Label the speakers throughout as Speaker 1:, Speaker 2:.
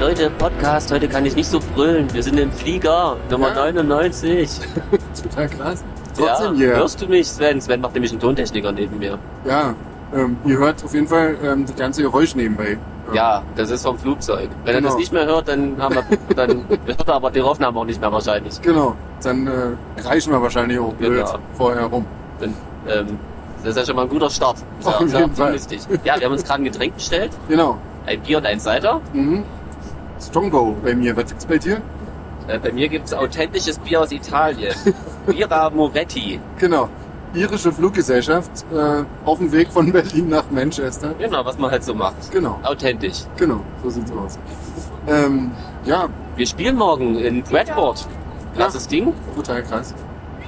Speaker 1: heute Podcast, heute kann ich nicht so brüllen. Wir sind im Flieger, Nummer
Speaker 2: Ja.
Speaker 1: 99.
Speaker 2: Total krass. Trotzdem, ja, ihr,
Speaker 1: hörst du mich, Sven? Sven macht nämlich einen Tontechniker neben mir.
Speaker 2: ja, ähm, ihr hört auf jeden Fall ähm, das ganze Geräusch nebenbei. Ähm,
Speaker 1: Ja, das ist vom Flugzeug. Wenn er
Speaker 2: Genau.
Speaker 1: das nicht mehr hört, dann, haben wir, dann hört er aber die Aufnahme auch nicht mehr wahrscheinlich.
Speaker 2: Genau, dann äh, kreischen wir wahrscheinlich auch blöd
Speaker 1: Genau.
Speaker 2: vorher rum.
Speaker 1: Dann, ähm, das ist ja schon mal ein guter Start. Ist ja
Speaker 2: Auf
Speaker 1: auch sehr
Speaker 2: jeden Fall.
Speaker 1: optimistisch. Ja, wir haben uns gerade ein Getränk bestellt.
Speaker 2: Genau.
Speaker 1: Ein Bier und ein Cider.
Speaker 2: Mhm. Strongbow bei mir. Was gibt's bei dir?
Speaker 1: Äh, bei mir gibt's authentisches Bier aus Italien. Bira Moretti.
Speaker 2: Genau. Irische Fluggesellschaft äh, auf dem Weg von Berlin nach Manchester.
Speaker 1: Genau, was man halt so macht.
Speaker 2: Genau,
Speaker 1: Authentisch.
Speaker 2: genau, so sieht's aus. Ähm, ja,
Speaker 1: Wir spielen morgen in Bradford. Krasses Ding.
Speaker 2: total krass.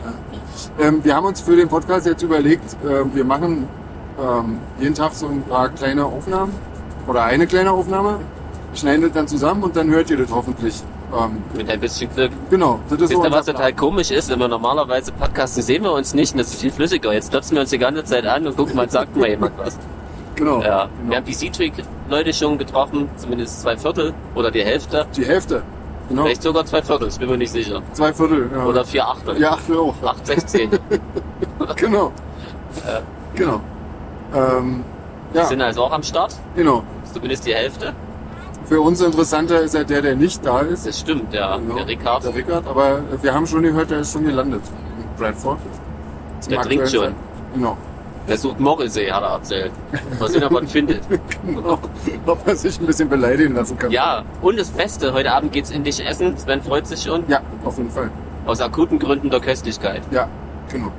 Speaker 2: Ja. Ähm, wir haben uns für den Podcast jetzt überlegt, ähm, wir machen ähm, jeden Tag so ein paar kleine Aufnahmen oder eine kleine Aufnahme, schneiden das dann zusammen und dann hört ihr das hoffentlich. Ähm,
Speaker 1: Mit ein bisschen Glück.
Speaker 2: genau, das ist
Speaker 1: Wisst ihr,
Speaker 2: unser
Speaker 1: was total
Speaker 2: Plan.
Speaker 1: komisch ist? Wenn wir normalerweise podcasten, sehen wir uns nicht und das ist viel flüssiger. Jetzt glotzen wir uns die ganze Zeit an und gucken, wann sagt mal jemand was.
Speaker 2: Genau,
Speaker 1: Ja. Wir
Speaker 2: genau.
Speaker 1: haben die C-Trick-Leute schon getroffen, zumindest zwei Viertel oder die Hälfte.
Speaker 2: Die Hälfte. Genau,
Speaker 1: Vielleicht sogar zwei Viertel, ich bin mir nicht sicher.
Speaker 2: zwei Viertel. Ja.
Speaker 1: Oder vier Achtel.
Speaker 2: ja, Achtel auch.
Speaker 1: Acht, sechzehn.
Speaker 2: Genau.
Speaker 1: Ja.
Speaker 2: Genau. Ähm,
Speaker 1: Die
Speaker 2: ja,
Speaker 1: sind also auch am Start.
Speaker 2: genau.
Speaker 1: Zumindest die Hälfte.
Speaker 2: Für uns interessanter ist ja der, der nicht da ist.
Speaker 1: Das stimmt, ja.
Speaker 2: Genau,
Speaker 1: Der Ricard,
Speaker 2: Der Rickard, aber wir haben schon gehört, der ist schon gelandet. In Bradford. Zum
Speaker 1: Der trinkt
Speaker 2: aktuellen
Speaker 1: schon.
Speaker 2: Zeitpunkt. Genau.
Speaker 1: der sucht Morrissey, hat er erzählt. Mal sehen, ob man findet.
Speaker 2: genau. Ob er sich ein bisschen beleidigen lassen kann.
Speaker 1: Ja, und das Beste, heute Abend geht's in dich essen. Sven freut sich schon.
Speaker 2: Ja, auf jeden Fall.
Speaker 1: Aus akuten Gründen der Köstlichkeit.
Speaker 2: Ja, genau.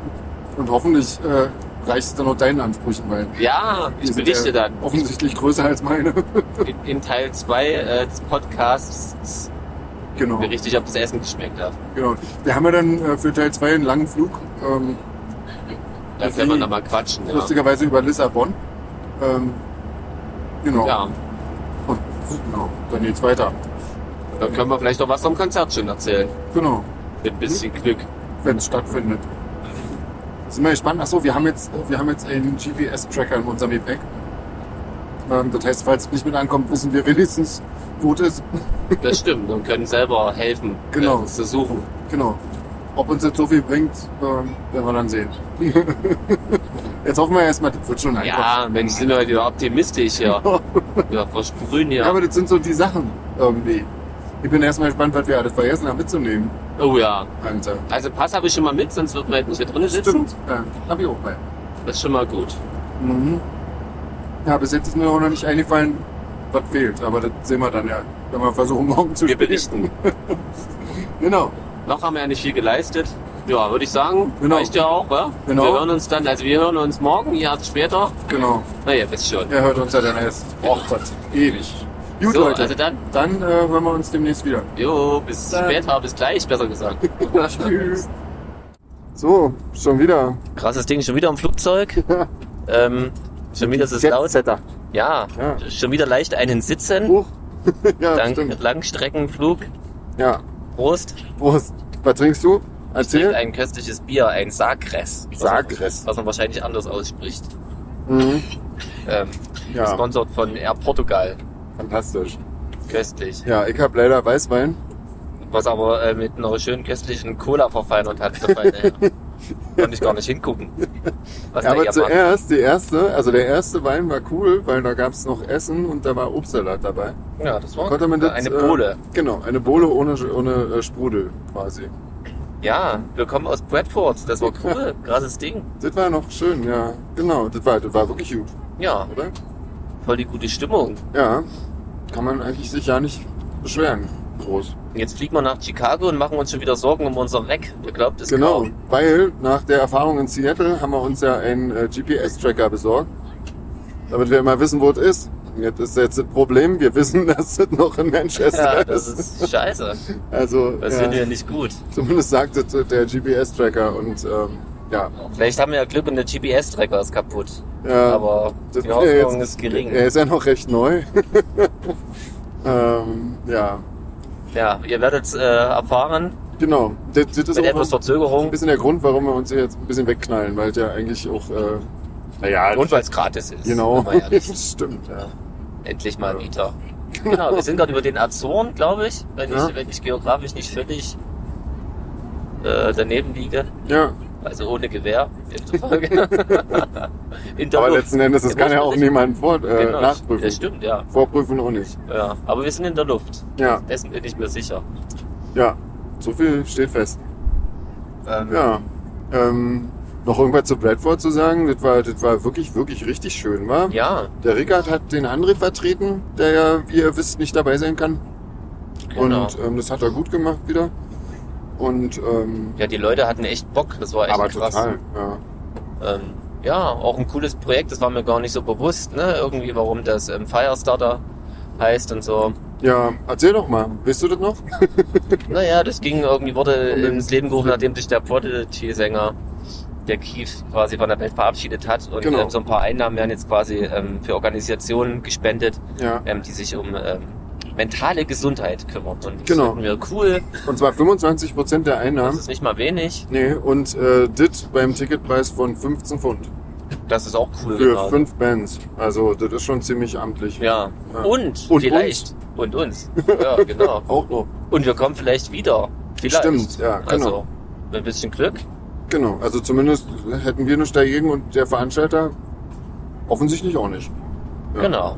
Speaker 2: Und hoffentlich äh, reicht es dann auch deinen Ansprüchen, weil
Speaker 1: Ja,
Speaker 2: die
Speaker 1: ich
Speaker 2: sind
Speaker 1: berichte
Speaker 2: ja
Speaker 1: dann.
Speaker 2: offensichtlich größer als meine.
Speaker 1: In, in Teil 2 äh, des Podcasts
Speaker 2: genau.
Speaker 1: berichte ich, ob das Essen geschmeckt hat.
Speaker 2: genau. Wir haben ja dann äh, für Teil 2 einen langen Flug. Ähm,
Speaker 1: Da
Speaker 2: Okay.
Speaker 1: können wir nochmal quatschen. Ja.
Speaker 2: lustigerweise über Lissabon. Ähm, genau.
Speaker 1: ja,
Speaker 2: Und, genau. Dann geht's weiter.
Speaker 1: dann können wir vielleicht noch was vom Konzert schon erzählen.
Speaker 2: Genau.
Speaker 1: Mit ein bisschen Glück.
Speaker 2: Wenn es stattfindet. Sind wir gespannt. Achso, wir haben jetzt, wir haben jetzt einen GPS-Tracker in unserem Gepäck. Ähm, das heißt, falls es nicht mit ankommt, wissen wir wenigstens, wo es ist.
Speaker 1: Das stimmt. Und können selber helfen,
Speaker 2: Genau.
Speaker 1: äh, zu suchen.
Speaker 2: Genau. Ob uns jetzt so viel bringt, ähm, werden wir dann sehen. jetzt hoffen wir erstmal, das wird schon einfach.
Speaker 1: Ja, Mensch, sind wir heute wieder optimistisch hier. Wir versprühen hier.
Speaker 2: Aber das sind so die Sachen irgendwie. Ich bin erstmal gespannt, was wir alles vergessen haben mitzunehmen.
Speaker 1: Oh ja.
Speaker 2: Alter.
Speaker 1: Also Pass habe ich schon mal mit, sonst wird man halt nicht hier drinnen sitzen.
Speaker 2: Stimmt. Ja, hab ich auch bei.
Speaker 1: Das ist schon mal gut.
Speaker 2: Mhm. Ja, bis jetzt ist mir auch noch nicht eingefallen, was fehlt. Aber das sehen wir dann ja, wenn wir versuchen, morgen zu
Speaker 1: Wir
Speaker 2: spielen.
Speaker 1: berichten.
Speaker 2: Genau.
Speaker 1: Noch haben wir ja nicht viel geleistet. Ja, würde ich sagen.
Speaker 2: Genau.
Speaker 1: Reicht ja auch, wa?
Speaker 2: Genau.
Speaker 1: Wir hören uns dann, also wir hören uns morgen, ihr habt später.
Speaker 2: Genau.
Speaker 1: Naja, bis schon.
Speaker 2: Er hört uns ja dann erst. Och Gott, ewig. Gut,
Speaker 1: so,
Speaker 2: Leute.
Speaker 1: also dann.
Speaker 2: Dann äh, hören wir uns demnächst wieder.
Speaker 1: Jo, bis
Speaker 2: Dann.
Speaker 1: später, bis gleich, besser gesagt.
Speaker 2: Tschüss. So, schon wieder.
Speaker 1: Krasses Ding, schon wieder im Flugzeug. Ähm, schon wieder ist es laut.
Speaker 2: Jetsetter.
Speaker 1: Ja,
Speaker 2: Ja.
Speaker 1: schon wieder leicht einen sitzen.
Speaker 2: Hoch. ja,
Speaker 1: Dank
Speaker 2: stimmt.
Speaker 1: Langstreckenflug.
Speaker 2: Ja.
Speaker 1: Prost.
Speaker 2: Prost. Was trinkst du?
Speaker 1: Trinkt
Speaker 2: Erzähl.
Speaker 1: ein köstliches Bier, ein Sagres. was man-
Speaker 2: Sagres.
Speaker 1: Was man wahrscheinlich anders ausspricht.
Speaker 2: Mhm.
Speaker 1: Ähm,
Speaker 2: Ja,
Speaker 1: Gesponsert von Air Portugal.
Speaker 2: fantastisch.
Speaker 1: Köstlich.
Speaker 2: Ja, ich habe leider Weißwein.
Speaker 1: Was aber äh, mit einer schönen köstlichen Cola verfeinert hat. der feine Herr. Konnte ich gar nicht hingucken. Was Also der
Speaker 2: Ja, aber
Speaker 1: hier macht.
Speaker 2: zuerst, die erste, also der erste Wein war cool, weil da gab's noch Essen und da war Obstsalat dabei.
Speaker 1: Ja, das war
Speaker 2: Konnte man das,
Speaker 1: eine Bohle.
Speaker 2: Äh, genau, eine Bohle ohne, ohne äh, Sprudel quasi.
Speaker 1: Ja, wir kommen aus Bradford. Das war cool. Krasses Ding.
Speaker 2: Das war noch schön, ja. Genau, das war, das war wirklich gut,
Speaker 1: Ja,
Speaker 2: oder?
Speaker 1: voll die gute Stimmung.
Speaker 2: Ja, kann man eigentlich sich ja nicht beschweren. Groß.
Speaker 1: Jetzt fliegen wir nach Chicago und machen uns schon wieder Sorgen um unser Reck. Ihr glaubt es
Speaker 2: Genau,
Speaker 1: kaum.
Speaker 2: weil nach der Erfahrung in Seattle haben wir uns ja einen äh, GPS-Tracker besorgt, damit wir immer wissen, wo es ist. Jetzt ist jetzt das Problem, wir wissen, dass es noch in Manchester
Speaker 1: Ja, das
Speaker 2: ist.
Speaker 1: ist scheiße.
Speaker 2: Also,
Speaker 1: Das
Speaker 2: ja,
Speaker 1: sind wir nicht gut.
Speaker 2: zumindest sagt es der GPS-Tracker und ähm, ja.
Speaker 1: Vielleicht haben wir ja Glück und der GPS-Tracker ist kaputt.
Speaker 2: Ja,
Speaker 1: Aber
Speaker 2: Ähm, das-
Speaker 1: die Hoffnung
Speaker 2: jetzt- äh,
Speaker 1: ist gering.
Speaker 2: Er ist ja noch recht neu. ähm, ja,
Speaker 1: Ja, ihr werdet äh, erfahren,
Speaker 2: genau. Das, das ist
Speaker 1: mit
Speaker 2: auch
Speaker 1: etwas
Speaker 2: noch ein
Speaker 1: Verzögerung.
Speaker 2: bisschen der Grund, warum wir uns hier jetzt ein bisschen wegknallen, weil es ja eigentlich auch, äh, naja,
Speaker 1: Und weil es gratis ist.
Speaker 2: genau,
Speaker 1: wenn man ehrlich ist.
Speaker 2: stimmt, ja.
Speaker 1: Endlich mal
Speaker 2: Ja.
Speaker 1: wieder. Genau, wir sind gerade über den Azoren, glaube ich, wenn,
Speaker 2: Ja.
Speaker 1: ich, wenn ich geografisch nicht völlig äh, daneben liege.
Speaker 2: Ja,
Speaker 1: Also ohne Gewehr, demzufolge. In der
Speaker 2: aber
Speaker 1: Luft.
Speaker 2: letzten Endes, das
Speaker 1: Ja,
Speaker 2: kann ja
Speaker 1: muss
Speaker 2: auch
Speaker 1: man
Speaker 2: niemand vor,
Speaker 1: sich-
Speaker 2: äh,
Speaker 1: genau,
Speaker 2: nachprüfen.
Speaker 1: Das stimmt, ja.
Speaker 2: Vorprüfen auch nicht.
Speaker 1: ja. Aber wir sind in der Luft.
Speaker 2: Ja,
Speaker 1: Dessen bin ich mir sicher.
Speaker 2: ja. So viel steht fest.
Speaker 1: Ähm,
Speaker 2: Ja. Ähm, noch irgendwas zu Bradford zu sagen, das war, das war wirklich, wirklich richtig schön, war?
Speaker 1: ja,
Speaker 2: Der Rickard hat den André vertreten, der ja, wie ihr wisst, nicht dabei sein kann.
Speaker 1: genau.
Speaker 2: Und ähm, das hat er gut gemacht wieder. Und ähm,
Speaker 1: ja, die Leute hatten echt Bock, das war echt
Speaker 2: aber
Speaker 1: krass.
Speaker 2: total. Ja.
Speaker 1: Ähm, ja, auch ein cooles Projekt, das war mir gar nicht so bewusst, ne? Irgendwie, warum das ähm, Firestarter heißt und so.
Speaker 2: ja, erzähl doch mal, weißt du das noch?
Speaker 1: Naja, das ging irgendwie, wurde
Speaker 2: Und dann-
Speaker 1: ins Leben gerufen, nachdem sich der Prodigy-Sänger, der Keith, quasi von der Welt verabschiedet hat. Und
Speaker 2: Genau.
Speaker 1: ähm, so ein paar Einnahmen werden jetzt quasi ähm, für Organisationen gespendet,
Speaker 2: Ja.
Speaker 1: ähm, die sich um ähm, mentale Gesundheit kümmern. Und
Speaker 2: Genau.
Speaker 1: das finden wir cool,
Speaker 2: Und zwar 25 Prozent der
Speaker 1: das
Speaker 2: Einnahmen.
Speaker 1: ist nicht mal wenig,
Speaker 2: Nee, und äh, dit beim Ticketpreis von 15 Pfund.
Speaker 1: das ist auch cool.
Speaker 2: Für
Speaker 1: genau.
Speaker 2: fünf Bands. Also, das ist schon ziemlich amtlich.
Speaker 1: ja.
Speaker 2: Ja.
Speaker 1: und,
Speaker 2: Und
Speaker 1: vielleicht. Und uns. Ja, genau.
Speaker 2: Auch noch.
Speaker 1: Und wir kommen vielleicht wieder. Vielleicht.
Speaker 2: Stimmt, ja, genau.
Speaker 1: Also, mit ein bisschen Glück.
Speaker 2: Genau. Also, zumindest hätten wir nichts dagegen und der Veranstalter offensichtlich auch nicht. Ja.
Speaker 1: Genau.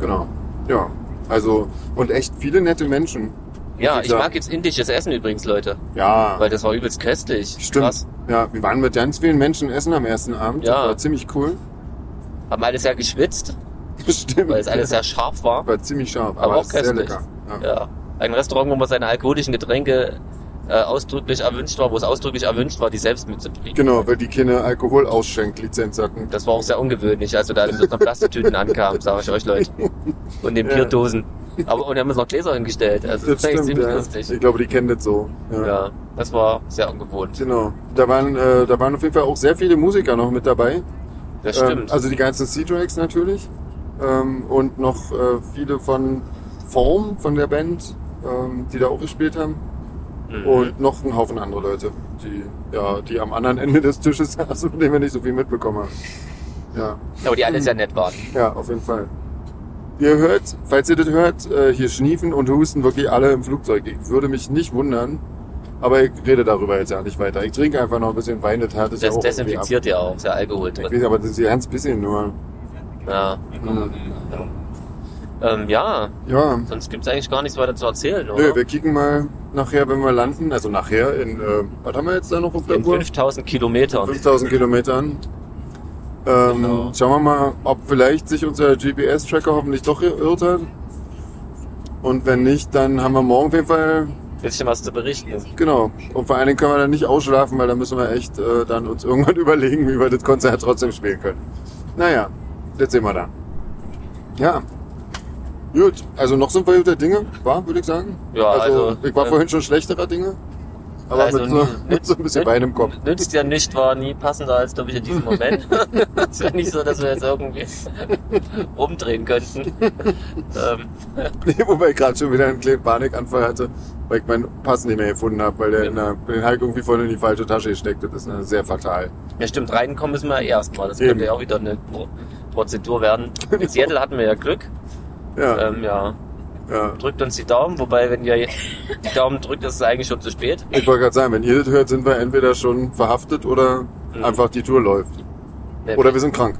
Speaker 2: Genau. Ja. Also, und echt viele nette Menschen.
Speaker 1: Ja,
Speaker 2: Wie
Speaker 1: ich
Speaker 2: gesagt.
Speaker 1: mag jetzt indisches Essen übrigens, Leute.
Speaker 2: Ja.
Speaker 1: Weil das war übelst köstlich.
Speaker 2: Stimmt.
Speaker 1: Krass.
Speaker 2: Ja, wir waren mit ganz vielen Menschen essen am ersten Abend.
Speaker 1: Ja.
Speaker 2: Das war ziemlich cool.
Speaker 1: Haben alle sehr geschwitzt,
Speaker 2: Stimmt.
Speaker 1: weil es alles sehr scharf war.
Speaker 2: war ziemlich scharf, aber,
Speaker 1: Aber auch
Speaker 2: sehr
Speaker 1: köstlich.
Speaker 2: lecker. Ja.
Speaker 1: Ja. Ein Restaurant, wo man seine alkoholischen Getränke äh, ausdrücklich erwünscht war, wo es ausdrücklich erwünscht war, die selbst mitzubringen.
Speaker 2: Genau, weil die keine Alkoholausschenklizenz hatten.
Speaker 1: Das war auch sehr ungewöhnlich, also da alles mit einer Plastiktüten ankam, sage ich euch Leute. Und den
Speaker 2: Ja.
Speaker 1: Bierdosen. Aber und da haben uns noch Gläser hingestellt. Also das, war echt ziemlich
Speaker 2: ja.
Speaker 1: lustig.
Speaker 2: Ich glaube, die kennen das so.
Speaker 1: Ja, das war sehr ungewohnt.
Speaker 2: Genau. Da waren, äh, da waren auf jeden Fall auch sehr viele Musiker noch mit dabei.
Speaker 1: Das
Speaker 2: Ähm,
Speaker 1: stimmt.
Speaker 2: also die ganzen C-Tracks natürlich. Ähm, und noch äh, viele von Form, von der Band, ähm, die da auch gespielt haben.
Speaker 1: Mhm.
Speaker 2: Und noch ein Haufen andere Leute, die, ja, die am anderen Ende des Tisches saßen, von denen wir nicht so viel mitbekommen haben. Ja,
Speaker 1: Aber die alle sehr nett waren.
Speaker 2: ja, auf jeden Fall. Ihr hört, falls ihr das hört, äh, hier schniefen und husten wirklich alle im Flugzeug. Ich würde mich nicht wundern, aber ich rede darüber jetzt ja nicht weiter. Ich trinke einfach noch ein bisschen Wein, das hat es ja
Speaker 1: Das
Speaker 2: auch irgendwie
Speaker 1: desinfiziert ja auch, sehr Alkohol
Speaker 2: ab. Ich
Speaker 1: drin.
Speaker 2: weiß, aber das ist ja ganz bisschen nur.
Speaker 1: Ja.
Speaker 2: Hm.
Speaker 1: Ähm, ja,
Speaker 2: Ja,
Speaker 1: sonst gibt's eigentlich gar nichts weiter zu erzählen, oder?
Speaker 2: Nö, wir kicken mal nachher, wenn wir landen, also nachher in, äh, was haben wir jetzt da noch auf der
Speaker 1: in
Speaker 2: Uhr?
Speaker 1: 5000 Kilometern.
Speaker 2: 5000 Kilometern. Ähm,
Speaker 1: Genau.
Speaker 2: Schauen wir mal, ob vielleicht sich unser GPS-Tracker hoffentlich doch geirrt hat. Und wenn nicht, dann haben wir morgen auf jeden Fall,
Speaker 1: Bisschen was zu berichten.
Speaker 2: genau. Und vor allen Dingen können wir dann nicht ausschlafen, weil dann müssen wir echt äh, dann uns irgendwann überlegen, wie wir das Konzert trotzdem spielen können. Naja, das sehen wir dann. Ja. Gut, also noch sind wir guter Dinge, war, würde ich sagen.
Speaker 1: Ja, also,
Speaker 2: ich war
Speaker 1: äh,
Speaker 2: vorhin schon schlechterer Dinge, aber
Speaker 1: also
Speaker 2: mit, so,
Speaker 1: n-
Speaker 2: mit so ein bisschen
Speaker 1: n-
Speaker 2: Wein im Kopf.
Speaker 1: Nützt ja nicht, war nie passender als, glaube ich, in diesem Moment. es wäre nicht so, dass wir jetzt irgendwie umdrehen könnten. ähm,
Speaker 2: Nee, wobei ich gerade schon wieder einen kleinen Panikanfall hatte, weil ich meinen Pass nicht mehr gefunden habe, weil der in der, den Hulk irgendwie voll in die falsche Tasche gesteckt hat. Das ist äh, sehr fatal.
Speaker 1: ja, stimmt, reinkommen müssen wir ja erstmal. Das
Speaker 2: Eben.
Speaker 1: könnte ja auch wieder eine Pro- Prozedur werden. In Seattle hatten wir ja Glück.
Speaker 2: Ja,
Speaker 1: Ähm, ja,
Speaker 2: ja.
Speaker 1: drückt uns die Daumen, wobei, wenn ihr die Daumen drückt, ist es eigentlich schon zu spät.
Speaker 2: Ich wollte gerade sagen, wenn ihr das hört, sind wir entweder schon verhaftet oder
Speaker 1: Mhm.
Speaker 2: einfach die Tour läuft.
Speaker 1: Nee,
Speaker 2: Oder wir sind krank.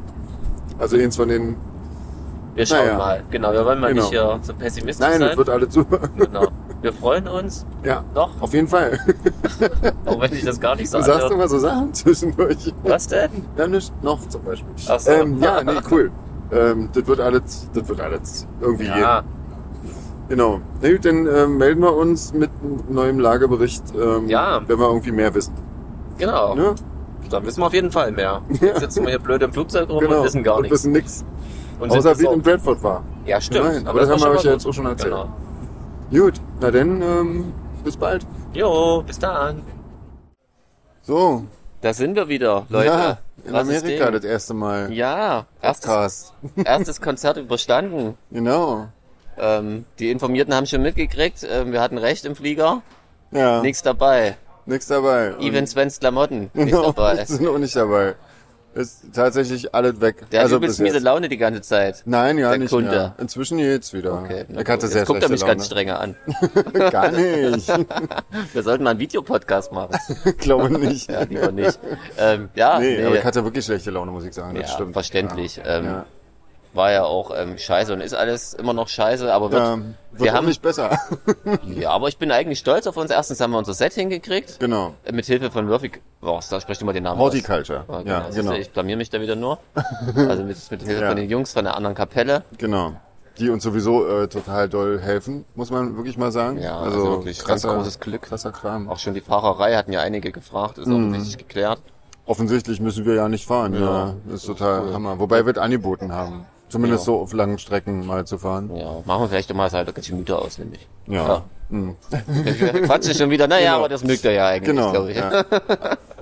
Speaker 2: Also eins von den.
Speaker 1: wir schauen
Speaker 2: naja.
Speaker 1: mal. Genau, wir wollen mal
Speaker 2: Genau.
Speaker 1: nicht hier so pessimistisch
Speaker 2: Nein, das
Speaker 1: sein.
Speaker 2: wird alles super.
Speaker 1: Genau. Wir freuen uns
Speaker 2: Ja,
Speaker 1: noch,
Speaker 2: auf jeden Fall.
Speaker 1: auch wenn ich das gar nicht so
Speaker 2: Du sagst
Speaker 1: anhöre.
Speaker 2: immer so Sachen zwischendurch.
Speaker 1: Was denn?
Speaker 2: Ja, nicht noch zum Beispiel.
Speaker 1: Ach so.
Speaker 2: Ähm, ja, nee, cool. Ähm, das wird alles, das wird alles irgendwie gehen.
Speaker 1: Ja,
Speaker 2: Genau. Na gut, dann ähm, melden wir uns mit neuem Lagebericht, ähm,
Speaker 1: Ja.
Speaker 2: wenn wir irgendwie mehr wissen.
Speaker 1: genau.
Speaker 2: Ne?
Speaker 1: Dann wissen wir auf jeden Fall mehr. Jetzt sitzen wir hier blöd im Flugzeug rum
Speaker 2: genau.
Speaker 1: und wissen gar
Speaker 2: und
Speaker 1: nichts.
Speaker 2: wissen nichts.
Speaker 1: Und sind
Speaker 2: Außer wie es in
Speaker 1: besorgt.
Speaker 2: Bradford war.
Speaker 1: ja, stimmt.
Speaker 2: Nein, aber das
Speaker 1: war
Speaker 2: haben wir
Speaker 1: mal
Speaker 2: euch ja jetzt
Speaker 1: gut.
Speaker 2: auch schon erzählt.
Speaker 1: Genau.
Speaker 2: Gut, na dann, ähm, bis bald.
Speaker 1: Genau. Jo, bis dann.
Speaker 2: So,
Speaker 1: Da sind wir wieder, Leute.
Speaker 2: ja, in
Speaker 1: Krasses
Speaker 2: Amerika
Speaker 1: Ding.
Speaker 2: das erste Mal.
Speaker 1: Ja, erstes,
Speaker 2: Podcast.
Speaker 1: erstes Konzert überstanden.
Speaker 2: Genau.
Speaker 1: Ähm, die Informierten haben schon mitgekriegt, ähm, wir hatten recht im Flieger.
Speaker 2: Ja,
Speaker 1: Nichts dabei.
Speaker 2: nix dabei. Und-
Speaker 1: Even Svens Klamotten. Nichts
Speaker 2: Genau,
Speaker 1: dabei.
Speaker 2: Sind auch nicht dabei. ist tatsächlich alles weg.
Speaker 1: Der
Speaker 2: also
Speaker 1: hat übelst
Speaker 2: bis
Speaker 1: miese
Speaker 2: jetzt.
Speaker 1: Laune die ganze Zeit.
Speaker 2: Nein, ja
Speaker 1: Der
Speaker 2: nicht
Speaker 1: Kunde.
Speaker 2: mehr. Inzwischen geht's wieder.
Speaker 1: Okay.
Speaker 2: Ich hatte
Speaker 1: Jetzt
Speaker 2: sehr
Speaker 1: guckt er mich
Speaker 2: schlechte
Speaker 1: ganz
Speaker 2: Laune.
Speaker 1: strenger an.
Speaker 2: Gar nicht.
Speaker 1: Wir sollten mal einen Videopodcast machen.
Speaker 2: Ich glaube nicht.
Speaker 1: Ja, lieber nicht. Ähm, ja,
Speaker 2: nee,
Speaker 1: nee,
Speaker 2: aber ich hatte wirklich schlechte Laune, muss ich sagen. Das
Speaker 1: Ja,
Speaker 2: stimmt.
Speaker 1: verständlich. Ähm,
Speaker 2: ja.
Speaker 1: war ja auch ähm, scheiße und ist alles immer noch scheiße, aber wird,
Speaker 2: Ja. Ähm, wird
Speaker 1: wir
Speaker 2: auch
Speaker 1: haben
Speaker 2: nicht besser.
Speaker 1: ja, aber ich bin eigentlich stolz auf uns. Erstens haben wir unser Set hingekriegt
Speaker 2: genau.
Speaker 1: äh, mit Hilfe von Murphy. Boah, da spricht immer den Namen. aus.
Speaker 2: Horticulture.
Speaker 1: Ja, genau.
Speaker 2: halt. Ja,
Speaker 1: Siehst du,
Speaker 2: genau.
Speaker 1: Ich blamier mich da wieder nur. Also mit, mit Hilfe
Speaker 2: Ja.
Speaker 1: von den Jungs von der anderen Kapelle.
Speaker 2: Genau. Die uns sowieso äh, total doll helfen, muss man wirklich mal sagen.
Speaker 1: Ja,
Speaker 2: also,
Speaker 1: also wirklich ganz
Speaker 2: krasser,
Speaker 1: großes Glück.
Speaker 2: Krasser Kram.
Speaker 1: Auch schon die Fahrerei hatten ja einige gefragt, ist auch
Speaker 2: Mhm.
Speaker 1: richtig geklärt.
Speaker 2: Offensichtlich müssen wir ja nicht fahren. Ja,
Speaker 1: Ja.
Speaker 2: ist total Hammer. Wobei wir es angeboten haben. Zumindest
Speaker 1: Ja.
Speaker 2: so auf langen Strecken mal zu fahren.
Speaker 1: Ja, machen wir vielleicht mal halt ganz schön müde aus, nämlich.
Speaker 2: Ja.
Speaker 1: Wir quatschen schon wieder, naja,
Speaker 2: Genau.
Speaker 1: aber das mögt er ja eigentlich,
Speaker 2: Genau.
Speaker 1: glaube ich.
Speaker 2: Ja.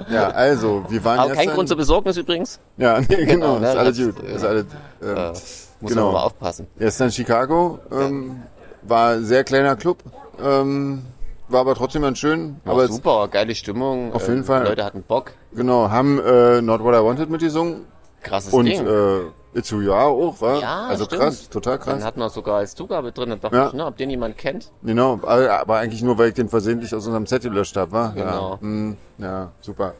Speaker 2: ja, also, wir waren
Speaker 1: Aber kein
Speaker 2: gestern-
Speaker 1: Grund zur Besorgnis übrigens.
Speaker 2: Ja, nee, genau,
Speaker 1: Genau, ne,
Speaker 2: ist alles
Speaker 1: das-
Speaker 2: gut. Ist alles, ähm,
Speaker 1: Muss
Speaker 2: genau.
Speaker 1: man mal aufpassen.
Speaker 2: Gestern Chicago, ähm, war ein sehr kleiner Club, ähm, war aber trotzdem ganz schön.
Speaker 1: War
Speaker 2: aber es-
Speaker 1: super, geile Stimmung. Auf
Speaker 2: jeden Fall.
Speaker 1: Leute hatten Bock.
Speaker 2: genau, haben äh, Not What I Wanted mitgesungen
Speaker 1: Krasses
Speaker 2: und
Speaker 1: Ding.
Speaker 2: äh, Itsuya auch, war?
Speaker 1: Ja,
Speaker 2: also
Speaker 1: stimmt.
Speaker 2: krass, total
Speaker 1: Dann
Speaker 2: krass.
Speaker 1: hatten wir sogar als Zugabe drin und dachte
Speaker 2: Ja.
Speaker 1: ich, ne, ob den jemand kennt.
Speaker 2: Genau, aber aber eigentlich nur, weil ich den versehentlich aus unserem Set gelöscht habe, war? Ja,
Speaker 1: Genau.
Speaker 2: hm, ja super.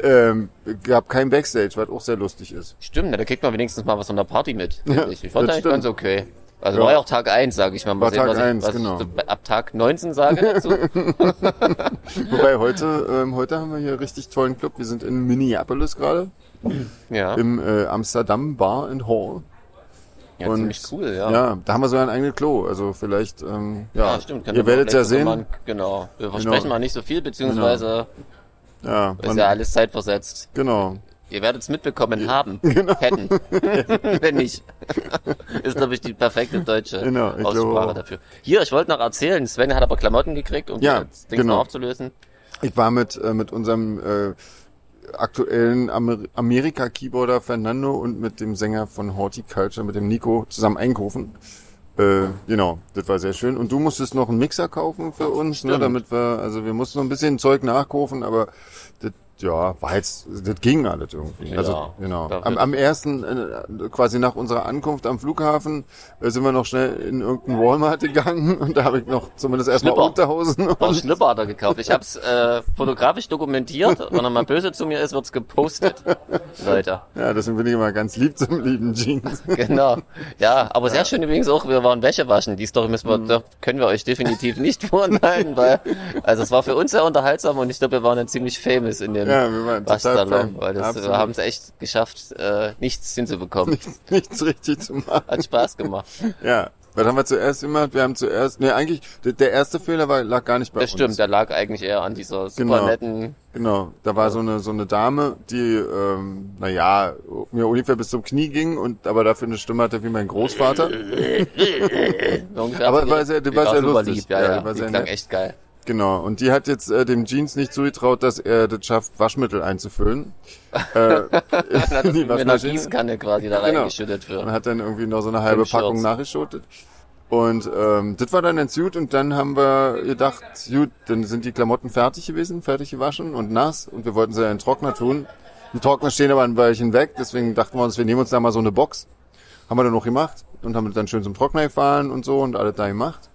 Speaker 2: Ähm, gab kein Backstage, was auch sehr lustig ist.
Speaker 1: Stimmt, na, da kriegt man wenigstens mal was von der Party mit.
Speaker 2: Ja,
Speaker 1: ich fand
Speaker 2: das
Speaker 1: eigentlich
Speaker 2: stimmt.
Speaker 1: ganz okay. Also
Speaker 2: Ja.
Speaker 1: war ja auch Tag 1, sage ich mal. Mal
Speaker 2: War Tag
Speaker 1: was ich,
Speaker 2: 1,
Speaker 1: was
Speaker 2: genau.
Speaker 1: ich so ab Tag 19 sage dazu.
Speaker 2: Wobei heute, ähm, heute haben wir hier einen richtig tollen Club. Wir sind in Minneapolis gerade,
Speaker 1: ja,
Speaker 2: im äh, Amsterdam Bar and Hall.
Speaker 1: ja
Speaker 2: und-
Speaker 1: ziemlich cool, ja.
Speaker 2: Ja. da haben wir sogar ein eigenes Klo. Also vielleicht, ähm, ja,
Speaker 1: Ja, stimmt. kann
Speaker 2: ihr
Speaker 1: man
Speaker 2: werdet ja
Speaker 1: vielleicht
Speaker 2: sehen.
Speaker 1: sogar mal- genau. Wir versprechen
Speaker 2: Genau.
Speaker 1: mal nicht so viel, beziehungsweise
Speaker 2: ja,
Speaker 1: ist
Speaker 2: man-
Speaker 1: ja alles zeitversetzt.
Speaker 2: genau.
Speaker 1: Ihr werdet es mitbekommen haben. Genau. Hätten. Wenn nicht. ist, glaube ich, die perfekte deutsche
Speaker 2: Genau, ich glaube auch.
Speaker 1: Aussprache dafür. Hier, ich wollte noch erzählen, Sven hat aber Klamotten gekriegt, um
Speaker 2: Ja,
Speaker 1: das Ding
Speaker 2: genau.
Speaker 1: noch aufzulösen.
Speaker 2: Ich war mit, äh, mit unserem äh, aktuellen Amer Amerika-Keyboarder Fernando und mit dem Sänger von Horticulture, mit dem Nico, zusammen einkaufen. Äh, genau, das war sehr schön. Und du musstest noch einen Mixer kaufen für uns, ne,
Speaker 1: Stimmt.
Speaker 2: damit wir, also wir mussten noch ein bisschen Zeug nachkaufen, aber das, ja, war jetzt, das ging alles irgendwie. Also,
Speaker 1: Ja,
Speaker 2: genau.
Speaker 1: dafür-
Speaker 2: Am, am ersten, äh, quasi nach unserer Ankunft am Flughafen, äh, sind wir noch schnell in irgendeinen Walmart gegangen und da habe ich noch zumindest erstmal
Speaker 1: Schlipper.
Speaker 2: Unterhosen
Speaker 1: Ein paar
Speaker 2: und
Speaker 1: Schlipper hat er gekauft. Ich habe es äh, fotografisch dokumentiert. Wenn er mal böse zu mir ist, wird's gepostet. Leute.
Speaker 2: Ja, deswegen bin ich immer ganz lieb zum lieben Jeans.
Speaker 1: Genau. Ja, aber sehr schön übrigens auch, wir waren Wäsche waschen. Die Story müssen wir,
Speaker 2: Mhm.
Speaker 1: da können wir euch definitiv nicht vorenthalten, weil, also es war für uns sehr unterhaltsam und ich glaube, wir waren dann ziemlich famous in dem
Speaker 2: Ja, wir waren total
Speaker 1: Waschsalon,
Speaker 2: fam.
Speaker 1: weil das,
Speaker 2: Absolut.
Speaker 1: wir haben es echt geschafft, äh, nichts hinzubekommen.
Speaker 2: Nichts richtig zu machen.
Speaker 1: Hat Spaß gemacht.
Speaker 2: Ja. Was haben wir zuerst gemacht? Wir haben zuerst, ne, eigentlich, der- der erste Fehler war, lag gar nicht bei
Speaker 1: Das
Speaker 2: uns.
Speaker 1: stimmt, da lag eigentlich eher an dieser super
Speaker 2: Genau.
Speaker 1: netten,
Speaker 2: Genau, da war so eine so eine Dame, die ähm, naja, mir ungefähr bis zum Knie ging und aber dafür eine Stimme hatte wie mein Großvater.
Speaker 1: ungefähr
Speaker 2: Aber war sehr-
Speaker 1: die
Speaker 2: war sehr
Speaker 1: super
Speaker 2: lustig.
Speaker 1: lieb, ja,
Speaker 2: Ja,
Speaker 1: ja,
Speaker 2: die war
Speaker 1: die
Speaker 2: sehr
Speaker 1: klang
Speaker 2: nett.
Speaker 1: echt geil.
Speaker 2: Genau, und die hat jetzt äh, dem Jeans nicht zugetraut, dass er das schafft, Waschmittel einzufüllen. Äh,
Speaker 1: Hat
Speaker 2: in
Speaker 1: das
Speaker 2: die
Speaker 1: mit einer
Speaker 2: Waschmaschine.
Speaker 1: Gießkanne quasi da
Speaker 2: Genau.
Speaker 1: reingeschüttet
Speaker 2: und
Speaker 1: für.
Speaker 2: hat dann irgendwie noch so eine halbe
Speaker 1: Fünf Shirts.
Speaker 2: Packung nachgeschüttet. Und ähm, das war dann ein Suit und dann haben wir gedacht, gut, dann sind die Klamotten fertig gewesen, fertig gewaschen und nass und wir wollten sie in den Trockner tun. Die Trockner stehen aber ein Weilchen weg, deswegen dachten wir uns, wir nehmen uns da mal so eine Box. Haben wir dann noch gemacht und haben das dann schön zum Trockner gefahren und so und alles da gemacht.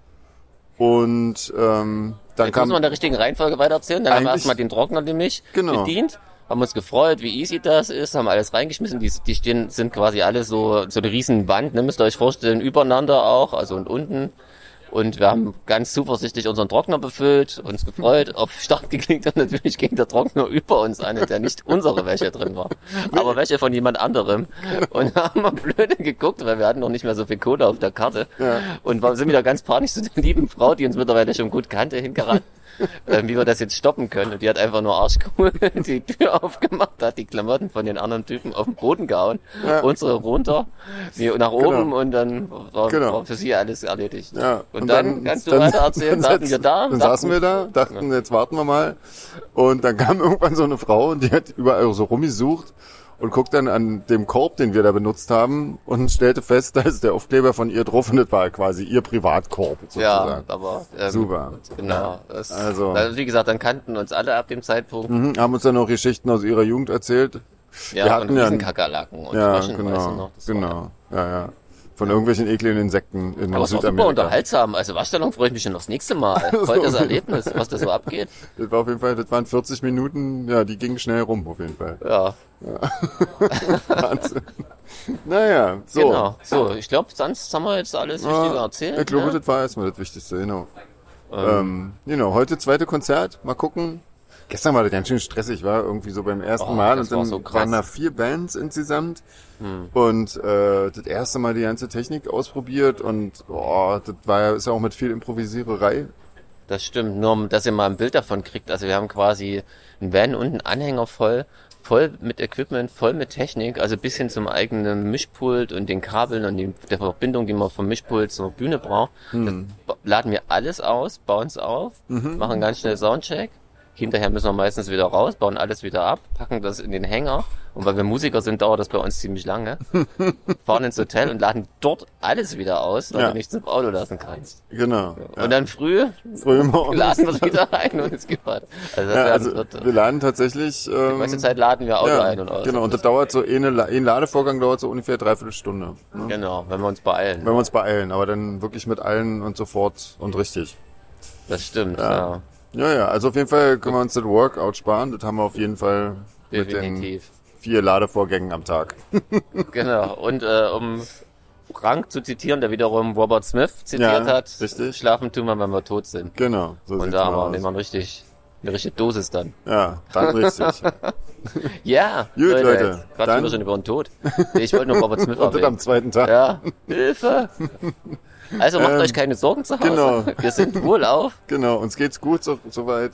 Speaker 2: Und ähm, dann
Speaker 1: Jetzt muss
Speaker 2: kam...
Speaker 1: man in der richtigen Reihenfolge weitererzählen. Dann haben wir
Speaker 2: Eigentlich-
Speaker 1: erstmal den Trockner nämlich
Speaker 2: Genau.
Speaker 1: bedient, haben uns gefreut, wie easy das ist, haben alles reingeschmissen. Die, die stehen, sind quasi alle so, so eine riesen Wand, ne? müsst ihr euch vorstellen, übereinander auch, also und unten. Und wir haben ganz zuversichtlich unseren Trockner befüllt, uns gefreut, auf Start geklickt und natürlich ging der Trockner über uns an, in der nicht unsere Wäsche drin war, aber Wäsche von jemand anderem. Und haben wir blöde geguckt, weil wir hatten noch nicht mehr so viel Kohle auf der Karte. Und wir sind wieder ganz panisch zu der lieben Frau, die uns mittlerweile schon gut kannte, hingerannt. Ähm, wie wir das jetzt stoppen können. Und die hat einfach nur arschcool die Tür aufgemacht, hat die Klamotten von den anderen Typen auf den Boden gehauen,
Speaker 2: Ja.
Speaker 1: unsere runter, die nach oben und dann war,
Speaker 2: Genau.
Speaker 1: war für sie alles erledigt.
Speaker 2: Ja,
Speaker 1: Und, dann, kannst du weiter erzählen,
Speaker 2: dann
Speaker 1: saßen wir da. dachten,
Speaker 2: Dann saßen wir da, dachten, jetzt warten wir mal. Und dann kam irgendwann so eine Frau und die hat überall so rumgesucht und guckt dann an dem Korb, den wir da benutzt haben und stellte fest, da ist der Aufkleber von ihr drauf und das war quasi ihr Privatkorb
Speaker 1: Ja,
Speaker 2: sozusagen.
Speaker 1: aber ähm,
Speaker 2: Super.
Speaker 1: Genau. Das,
Speaker 2: Also.
Speaker 1: also. wie gesagt, dann kannten uns alle ab dem Zeitpunkt.
Speaker 2: Mhm, haben uns dann noch Geschichten aus ihrer Jugend erzählt.
Speaker 1: Ja,
Speaker 2: wir
Speaker 1: von
Speaker 2: hatten ja,
Speaker 1: Riesenkakerlaken und
Speaker 2: ja
Speaker 1: Fröschen, weißt du
Speaker 2: genau,
Speaker 1: noch. Das war-
Speaker 2: genau, ja, ja. Von irgendwelchen ekligen Insekten in
Speaker 1: Aber es war super
Speaker 2: Südamerika.
Speaker 1: unterhaltsam. Also Waschstellung freue ich mich schon aufs nächste Mal. Voll das Erlebnis, was da so abgeht.
Speaker 2: Das war auf jeden Fall, das waren 40 Minuten, ja, die gingen schnell rum, auf jeden Fall.
Speaker 1: Ja,
Speaker 2: Wahnsinn. Also, naja, so.
Speaker 1: genau. So, ich glaube, sonst haben wir jetzt alles
Speaker 2: Ja,
Speaker 1: Wichtige erzählt.
Speaker 2: Ich glaube,
Speaker 1: ne?
Speaker 2: das war erstmal das Wichtigste, genau. Ähm, genau, heute zweite Konzert, mal gucken. Gestern war das ganz schön stressig, war irgendwie so beim ersten
Speaker 1: Oh,
Speaker 2: Mal
Speaker 1: das
Speaker 2: und
Speaker 1: war
Speaker 2: dann
Speaker 1: so krass. Hm.
Speaker 2: waren da vier Bands insgesamt und äh, das erste Mal die ganze Technik ausprobiert und boah, das war ja, ist ja auch mit viel Improvisiererei.
Speaker 1: Das stimmt, nur um, dass ihr mal ein Bild davon kriegt. Also wir haben quasi einen Van und einen Anhänger voll, voll mit Equipment, voll mit Technik, also bis hin zum eigenen Mischpult und den Kabeln und die, der Verbindung, die man vom Mischpult zur Bühne braucht.
Speaker 2: Hm.
Speaker 1: Das ba- laden wir alles aus, bauen es auf,
Speaker 2: Mhm.
Speaker 1: machen ganz schnell Soundcheck. Hinterher müssen wir meistens wieder raus, bauen alles wieder ab, packen das in den Hänger. Und weil wir Musiker sind, dauert das bei uns ziemlich lange. Fahren ins Hotel und laden dort alles wieder aus, weil
Speaker 2: Ja.
Speaker 1: du nichts im Auto lassen kannst.
Speaker 2: Genau. Ja.
Speaker 1: Und dann früh
Speaker 2: Früh morgens.
Speaker 1: laden wir wieder ein und es gibt was. Also das
Speaker 2: ja,
Speaker 1: ja,
Speaker 2: also
Speaker 1: wird,
Speaker 2: wir laden tatsächlich. Ähm,
Speaker 1: halt, die meiste Zeit laden wir Auto
Speaker 2: ja,
Speaker 1: ein und aus.
Speaker 2: Genau, und das dauert so, eh eine La- eh ein Ladevorgang dauert so ungefähr dreiviertel Stunde. Ne?
Speaker 1: Genau, wenn wir uns beeilen.
Speaker 2: Wenn wir uns beeilen, aber dann wirklich mit allen und sofort und richtig.
Speaker 1: Das stimmt, ja.
Speaker 2: Ja, ja, also auf jeden Fall können wir uns das Workout sparen. Das haben wir auf jeden Fall mit den
Speaker 1: definitiv.
Speaker 2: vier Ladevorgängen am Tag.
Speaker 1: Genau. Und äh, um Frank zu zitieren, der wiederum Robert Smith zitiert
Speaker 2: Ja,
Speaker 1: hat,
Speaker 2: richtig.
Speaker 1: schlafen tun wir, wenn wir tot sind.
Speaker 2: Genau, so
Speaker 1: Und
Speaker 2: sieht's
Speaker 1: da
Speaker 2: mal
Speaker 1: haben wir,
Speaker 2: aus.
Speaker 1: nehmen wir richtig, eine richtige Dosis dann.
Speaker 2: Ja, dann richtig.
Speaker 1: Ja,
Speaker 2: Gut, Leute,
Speaker 1: jetzt Quatschen
Speaker 2: dann-
Speaker 1: wir schon über den Tod. Nee, ich wollte nur Robert Smith
Speaker 2: Und das am
Speaker 1: erwähnen.
Speaker 2: zweiten Tag.
Speaker 1: Ja, Hilfe. Also macht euch keine Sorgen zu Hause.
Speaker 2: Ähm, genau.
Speaker 1: Wir sind wohlauf.
Speaker 2: Genau, uns geht's gut so- soweit.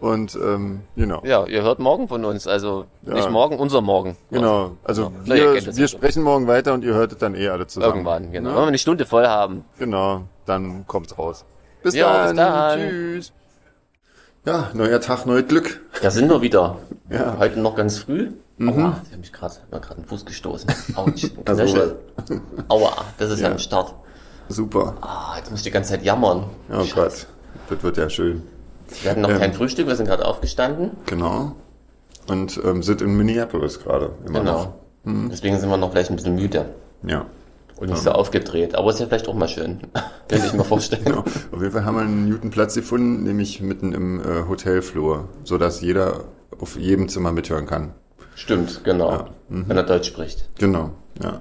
Speaker 2: und ähm, genau.
Speaker 1: Ja, ihr hört morgen von uns. Also
Speaker 2: Ja.
Speaker 1: nicht morgen, unser Morgen.
Speaker 2: Genau, also
Speaker 1: Na, ihr kennt
Speaker 2: wir,
Speaker 1: das
Speaker 2: wir
Speaker 1: ja.
Speaker 2: sprechen morgen weiter und ihr hörtet dann eh alle zusammen.
Speaker 1: Irgendwann, genau.
Speaker 2: Ne?
Speaker 1: Wenn wir eine Stunde voll haben.
Speaker 2: Genau, dann kommt's raus. Bis,
Speaker 1: Jo,
Speaker 2: dann.
Speaker 1: bis dann.
Speaker 2: Tschüss. Ja, neuer Tag, neues Glück.
Speaker 1: Da sind wir wieder.
Speaker 2: Ja. Mhm.
Speaker 1: Heute noch ganz früh. Aua, ich habe mich gerade gerade einen Fuß gestoßen. Autsch, ein
Speaker 2: Also,
Speaker 1: Knöchel. Aua, das ist ja.
Speaker 2: Ja.
Speaker 1: am Start.
Speaker 2: Super.
Speaker 1: Ah, jetzt muss ich die ganze Zeit jammern.
Speaker 2: Oh Gott, das wird ja schön.
Speaker 1: Wir hatten noch
Speaker 2: Ähm.
Speaker 1: kein Frühstück, wir sind gerade aufgestanden.
Speaker 2: Genau. Und ähm, sind in Minneapolis gerade immer
Speaker 1: Genau. Deswegen sind wir noch vielleicht ein bisschen müde
Speaker 2: noch. Mhm. Ja.
Speaker 1: und nicht so aufgedreht. Aber ist ja vielleicht auch mal schön. Könnte ich mir vorstellen.
Speaker 2: Genau. Auf jeden Fall haben wir einen guten Platz gefunden, nämlich mitten im äh, Hotelflur, sodass jeder auf jedem Zimmer mithören kann.
Speaker 1: Stimmt, genau.
Speaker 2: Mhm.
Speaker 1: Wenn er Deutsch spricht.
Speaker 2: Genau, ja.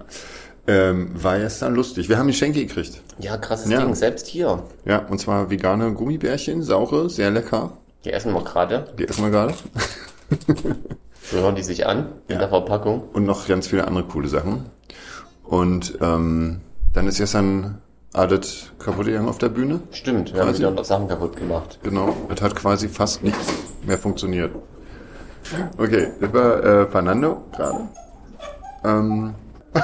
Speaker 2: Ähm, war gestern lustig. Wir haben Geschenke gekriegt.
Speaker 1: Ja, krasses
Speaker 2: Ja.
Speaker 1: Ding, selbst hier.
Speaker 2: Ja, und zwar vegane Gummibärchen, saure, sehr lecker.
Speaker 1: Die essen wir gerade.
Speaker 2: Die essen wir gerade.
Speaker 1: Rühren die sich an
Speaker 2: Ja.
Speaker 1: in der Verpackung.
Speaker 2: Und noch ganz viele andere coole Sachen. Und ähm, dann ist gestern Adet kaputt gegangen auf der Bühne.
Speaker 1: Stimmt, wir haben
Speaker 2: Quasi.
Speaker 1: wieder noch Sachen kaputt gemacht.
Speaker 2: Genau, das hat quasi fast nichts mehr funktioniert. Okay, das war äh, Fernando gerade. Ähm,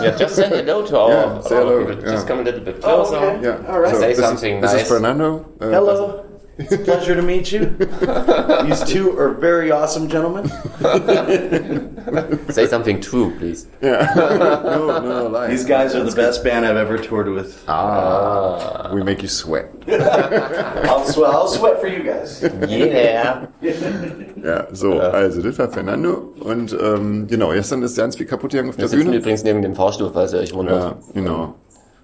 Speaker 1: Yeah, just say hello to our,
Speaker 2: Yeah, say
Speaker 1: our
Speaker 2: hello,
Speaker 1: people.
Speaker 2: yeah.
Speaker 1: Just come a little bit closer.
Speaker 2: ja,
Speaker 3: All right.
Speaker 2: so,
Speaker 1: Say
Speaker 2: this
Speaker 1: something
Speaker 2: is, this
Speaker 1: nice.
Speaker 2: is Fernando. Äh,
Speaker 3: Hello. It's a pleasure to meet you. These two are very awesome gentlemen.
Speaker 1: Say something true, please.
Speaker 2: No, no, no,
Speaker 3: These guys are the best band I've ever toured with.
Speaker 2: We make you sweat.
Speaker 3: I'll sweat, I'll sweat for you guys.
Speaker 1: Yeah.
Speaker 2: Ja, so, also das war Fernando. Und ähm, genau, gestern ist ganz viel kaputt gegangen auf
Speaker 1: Wir
Speaker 2: der
Speaker 1: sitzen
Speaker 2: Bühne.
Speaker 1: übrigens neben dem Fahrstuhl, falls ihr euch
Speaker 2: Ja,
Speaker 1: wundert.
Speaker 2: genau.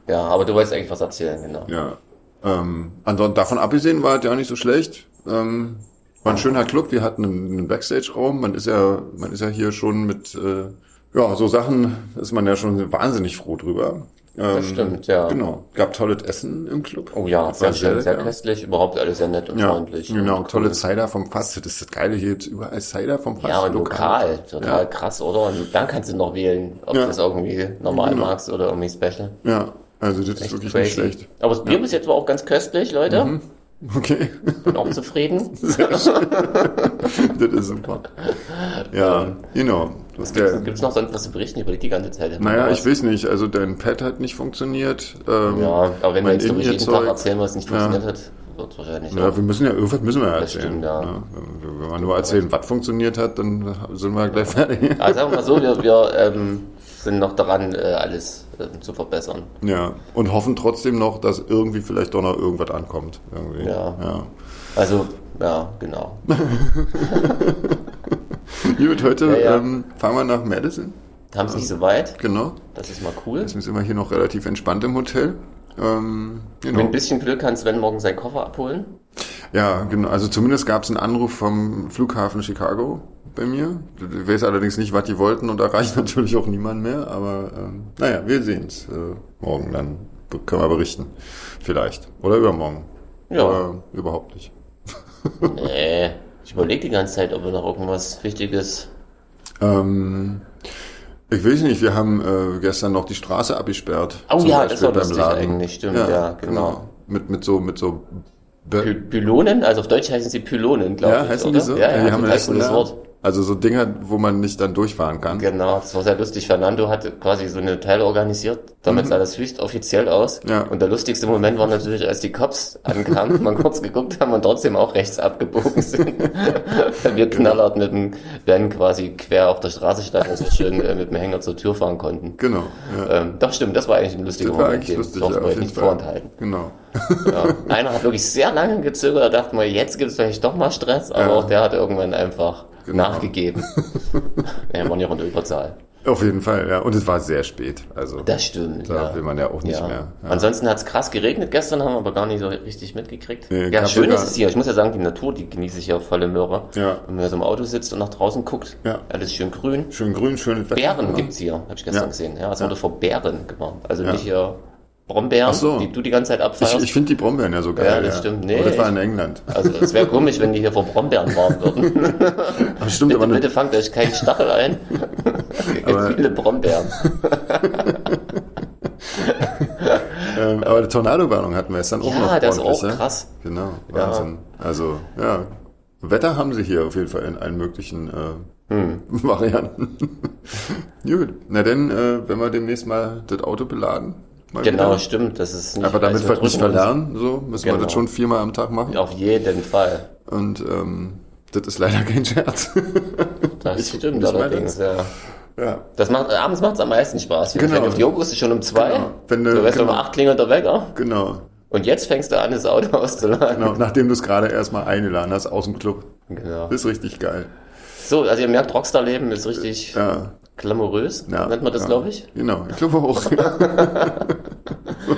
Speaker 1: Ja, aber du wolltest eigentlich was erzählen, genau.
Speaker 2: Ja. Ähm, ansonsten davon abgesehen war es ja auch nicht so schlecht. Ähm, war ein schöner Club, wir hatten einen, einen Backstage-Raum. Man ist ja, man ist ja hier schon mit äh, ja, so Sachen ist man ja schon wahnsinnig froh drüber. Ähm,
Speaker 1: Das stimmt, ja.
Speaker 2: Genau. Gab tolles Essen im Club.
Speaker 1: Oh ja,
Speaker 2: Das
Speaker 1: sehr
Speaker 2: war
Speaker 1: schön, sehr
Speaker 2: lecker.
Speaker 1: köstlich, überhaupt alles sehr nett und
Speaker 2: Ja,
Speaker 1: freundlich.
Speaker 2: genau,
Speaker 1: und
Speaker 2: tolle Cider vom Fass. Das ist das Geile hier, jetzt überall Cider vom Fass.
Speaker 1: Ja, und lokal, total
Speaker 2: Ja.
Speaker 1: krass, oder? Und dann kannst du noch wählen, ob
Speaker 2: Ja.
Speaker 1: du das irgendwie normal magst oder irgendwie special.
Speaker 2: Ja, also das ist wirklich nicht schlecht. Mhm.
Speaker 1: Aber das Bier bis jetzt war auch ganz köstlich, Leute.
Speaker 2: Okay,
Speaker 1: Bin auch zufrieden.
Speaker 2: das ist super. Ja, genau. Das ist der,
Speaker 1: Gibt's noch sonst was zu berichten über die die ganze Zeit?
Speaker 2: naja, ich weiß nicht, also dein Pad hat nicht funktioniert. Ähm,
Speaker 1: Ja, aber wenn wir
Speaker 2: mein
Speaker 1: jetzt durch jeden Tag
Speaker 2: In-Ear-Zeug-
Speaker 1: erzählen, was nicht funktioniert hat, wird wahrscheinlich
Speaker 2: Ja,
Speaker 1: auch.
Speaker 2: wir müssen ja, irgendwas müssen wir ja
Speaker 1: Das
Speaker 2: erzählen.
Speaker 1: stimmt, ja.
Speaker 2: ne? Wenn wir nur erzählen, was funktioniert hat, dann sind wir gleich fertig.
Speaker 1: Also sagen wir mal so, wir, wir ähm, sind noch daran, äh, alles äh, zu verbessern.
Speaker 2: Ja, und hoffen trotzdem noch, dass irgendwie vielleicht doch noch irgendwas ankommt. Irgendwie.
Speaker 1: Also, Ja.
Speaker 2: ja.
Speaker 1: Also, ja, genau.
Speaker 2: Gut, heute
Speaker 1: Ja, ja.
Speaker 2: Ähm, fahren wir nach Madison.
Speaker 1: Haben sie nicht so weit.
Speaker 2: Genau.
Speaker 1: Das ist mal cool.
Speaker 2: Jetzt sind wir hier noch relativ entspannt im Hotel. Ähm, genau.
Speaker 1: Mit ein bisschen Glück kann Sven morgen seinen Koffer abholen.
Speaker 2: Ja, genau. Also zumindest gab es einen Anruf vom Flughafen Chicago bei mir. Ich weiß allerdings nicht, was die wollten und erreicht natürlich auch niemand mehr. Aber ähm, naja, wir sehen's äh, morgen dann. be- Können wir berichten. Vielleicht. Oder übermorgen.
Speaker 1: Ja.
Speaker 2: Oder überhaupt nicht.
Speaker 1: Nee. Ich überlege die ganze Zeit, ob wir noch irgendwas Wichtiges.
Speaker 2: Ähm, ich weiß nicht, wir haben äh, gestern noch die Straße abgesperrt.
Speaker 1: Oh
Speaker 2: Zum
Speaker 1: ja,
Speaker 2: Beispiel
Speaker 1: das war
Speaker 2: beim
Speaker 1: lustig
Speaker 2: Laden.
Speaker 1: eigentlich, stimmt, ja, genau.
Speaker 2: Mit, mit so, mit so Bö-
Speaker 1: Py Pylonen, also auf Deutsch heißen sie Pylonen, glaube
Speaker 2: Ja,
Speaker 1: ich.
Speaker 2: heißen
Speaker 1: oder?
Speaker 2: die so?
Speaker 1: Ja, ja,
Speaker 2: die haben
Speaker 1: total
Speaker 2: heißen
Speaker 1: cooles
Speaker 2: da-
Speaker 1: Wort.
Speaker 2: Also so Dinger, wo man nicht dann durchfahren kann.
Speaker 1: Genau, das war sehr lustig. Fernando hat quasi so eine Teile organisiert. Damals sah das höchst offiziell aus.
Speaker 2: Mhm. Ja.
Speaker 1: Und der lustigste Moment war natürlich, als die Cops ankamen, man kurz geguckt haben und trotzdem auch rechts abgebogen sind. Weil wir knallert mit dem Van quasi quer auf der Straße standen und so schön äh, mit dem Hänger zur Tür fahren konnten.
Speaker 2: Genau. Ja.
Speaker 1: Ähm, doch, stimmt, das war eigentlich ein lustiger
Speaker 2: Das war
Speaker 1: Moment.
Speaker 2: eigentlich
Speaker 1: den
Speaker 2: lustig,
Speaker 1: durften
Speaker 2: ja,
Speaker 1: wir
Speaker 2: auf
Speaker 1: euch
Speaker 2: jeden
Speaker 1: nicht
Speaker 2: Fall.
Speaker 1: vorenthalten.
Speaker 2: Genau.
Speaker 1: Ja. Einer hat wirklich sehr lange gezögert, da dachte man, jetzt gibt es vielleicht doch mal Stress, aber
Speaker 2: Ja.
Speaker 1: auch der hat irgendwann einfach
Speaker 2: Genau.
Speaker 1: nachgegeben. Wir waren ja unter Überzahl.
Speaker 2: Auf jeden Fall, ja. Und es war sehr spät. Also
Speaker 1: Das stimmt.
Speaker 2: da
Speaker 1: ja.
Speaker 2: will man ja auch nicht
Speaker 1: ja.
Speaker 2: mehr. Ja.
Speaker 1: Ansonsten hat es krass geregnet gestern, haben wir aber gar nicht so richtig mitgekriegt.
Speaker 2: Nee,
Speaker 1: ja,
Speaker 2: gab's
Speaker 1: schön
Speaker 2: sogar-
Speaker 1: ist es hier. Ich muss ja sagen, die Natur, die genieße ich ja auf volle Möhre.
Speaker 2: Ja.
Speaker 1: Wenn man so im Auto sitzt und nach draußen guckt,
Speaker 2: Ja.
Speaker 1: alles schön grün.
Speaker 2: Schön grün, schönes Wetter.
Speaker 1: Bären
Speaker 2: Ja.
Speaker 1: gibt's hier, habe ich gestern
Speaker 2: Ja.
Speaker 1: gesehen. Ja, es wurde vor Bären gewarnt. Also
Speaker 2: Ja.
Speaker 1: nicht hier Brombeeren,
Speaker 2: Ach so.
Speaker 1: die du die ganze Zeit abfeierst.
Speaker 2: Ich, ich finde die Brombeeren ja so geil.
Speaker 1: Ja, das stimmt. Nee,
Speaker 2: aber das war in
Speaker 1: ich-
Speaker 2: England.
Speaker 1: also es wäre komisch, wenn die hier vor Brombeeren warnen würden.
Speaker 2: Aber stimmt,
Speaker 1: bitte,
Speaker 2: aber, eine,
Speaker 1: bitte fangt euch keinen Stachel ein. Es gibt
Speaker 2: Aber-
Speaker 1: viele Brombeeren.
Speaker 2: ähm, aber eine Tornadowarnung hatten wir gestern auch
Speaker 1: Ja,
Speaker 2: noch.
Speaker 1: das ist
Speaker 2: ordentlich,
Speaker 1: auch
Speaker 2: ja?
Speaker 1: krass.
Speaker 2: Genau, Wahnsinn. Also, ja. Wetter haben sie hier auf jeden Fall in allen möglichen äh,
Speaker 1: Hm.
Speaker 2: Varianten. Gut, na denn, äh, wenn wir demnächst mal das Auto beladen. Mal
Speaker 1: Genau,
Speaker 2: wieder.
Speaker 1: stimmt. Das ist nicht
Speaker 2: Aber damit
Speaker 1: also
Speaker 2: wir nicht
Speaker 1: drücken uns
Speaker 2: verlernen, so müssen wir
Speaker 1: Genau.
Speaker 2: das schon viermal am Tag machen.
Speaker 1: Auf jeden Fall.
Speaker 2: Und ähm, das ist leider kein Scherz.
Speaker 1: Das stimmt
Speaker 2: das meine
Speaker 1: allerdings, ja.
Speaker 2: ja.
Speaker 1: Das macht, äh, abends macht es am meisten Spaß.
Speaker 2: Genau.
Speaker 1: Wenn du auf die Uhr guckst, ist schon um zwei.
Speaker 2: Genau. Wenn du-
Speaker 1: du wärst
Speaker 2: genau.
Speaker 1: um acht klingelt der Wecker.
Speaker 2: Genau.
Speaker 1: Und jetzt fängst du an, das Auto auszuladen.
Speaker 2: genau. Nachdem du es gerade erstmal eingeladen hast aus dem Club.
Speaker 1: Genau.
Speaker 2: Das ist richtig geil.
Speaker 1: So, also ihr merkt, Rockstar-Leben ist richtig
Speaker 2: Ja.
Speaker 1: glamourös,
Speaker 2: ja
Speaker 1: nennt man das,
Speaker 2: ja.
Speaker 1: glaube ich.
Speaker 2: Genau, ich glaube auch.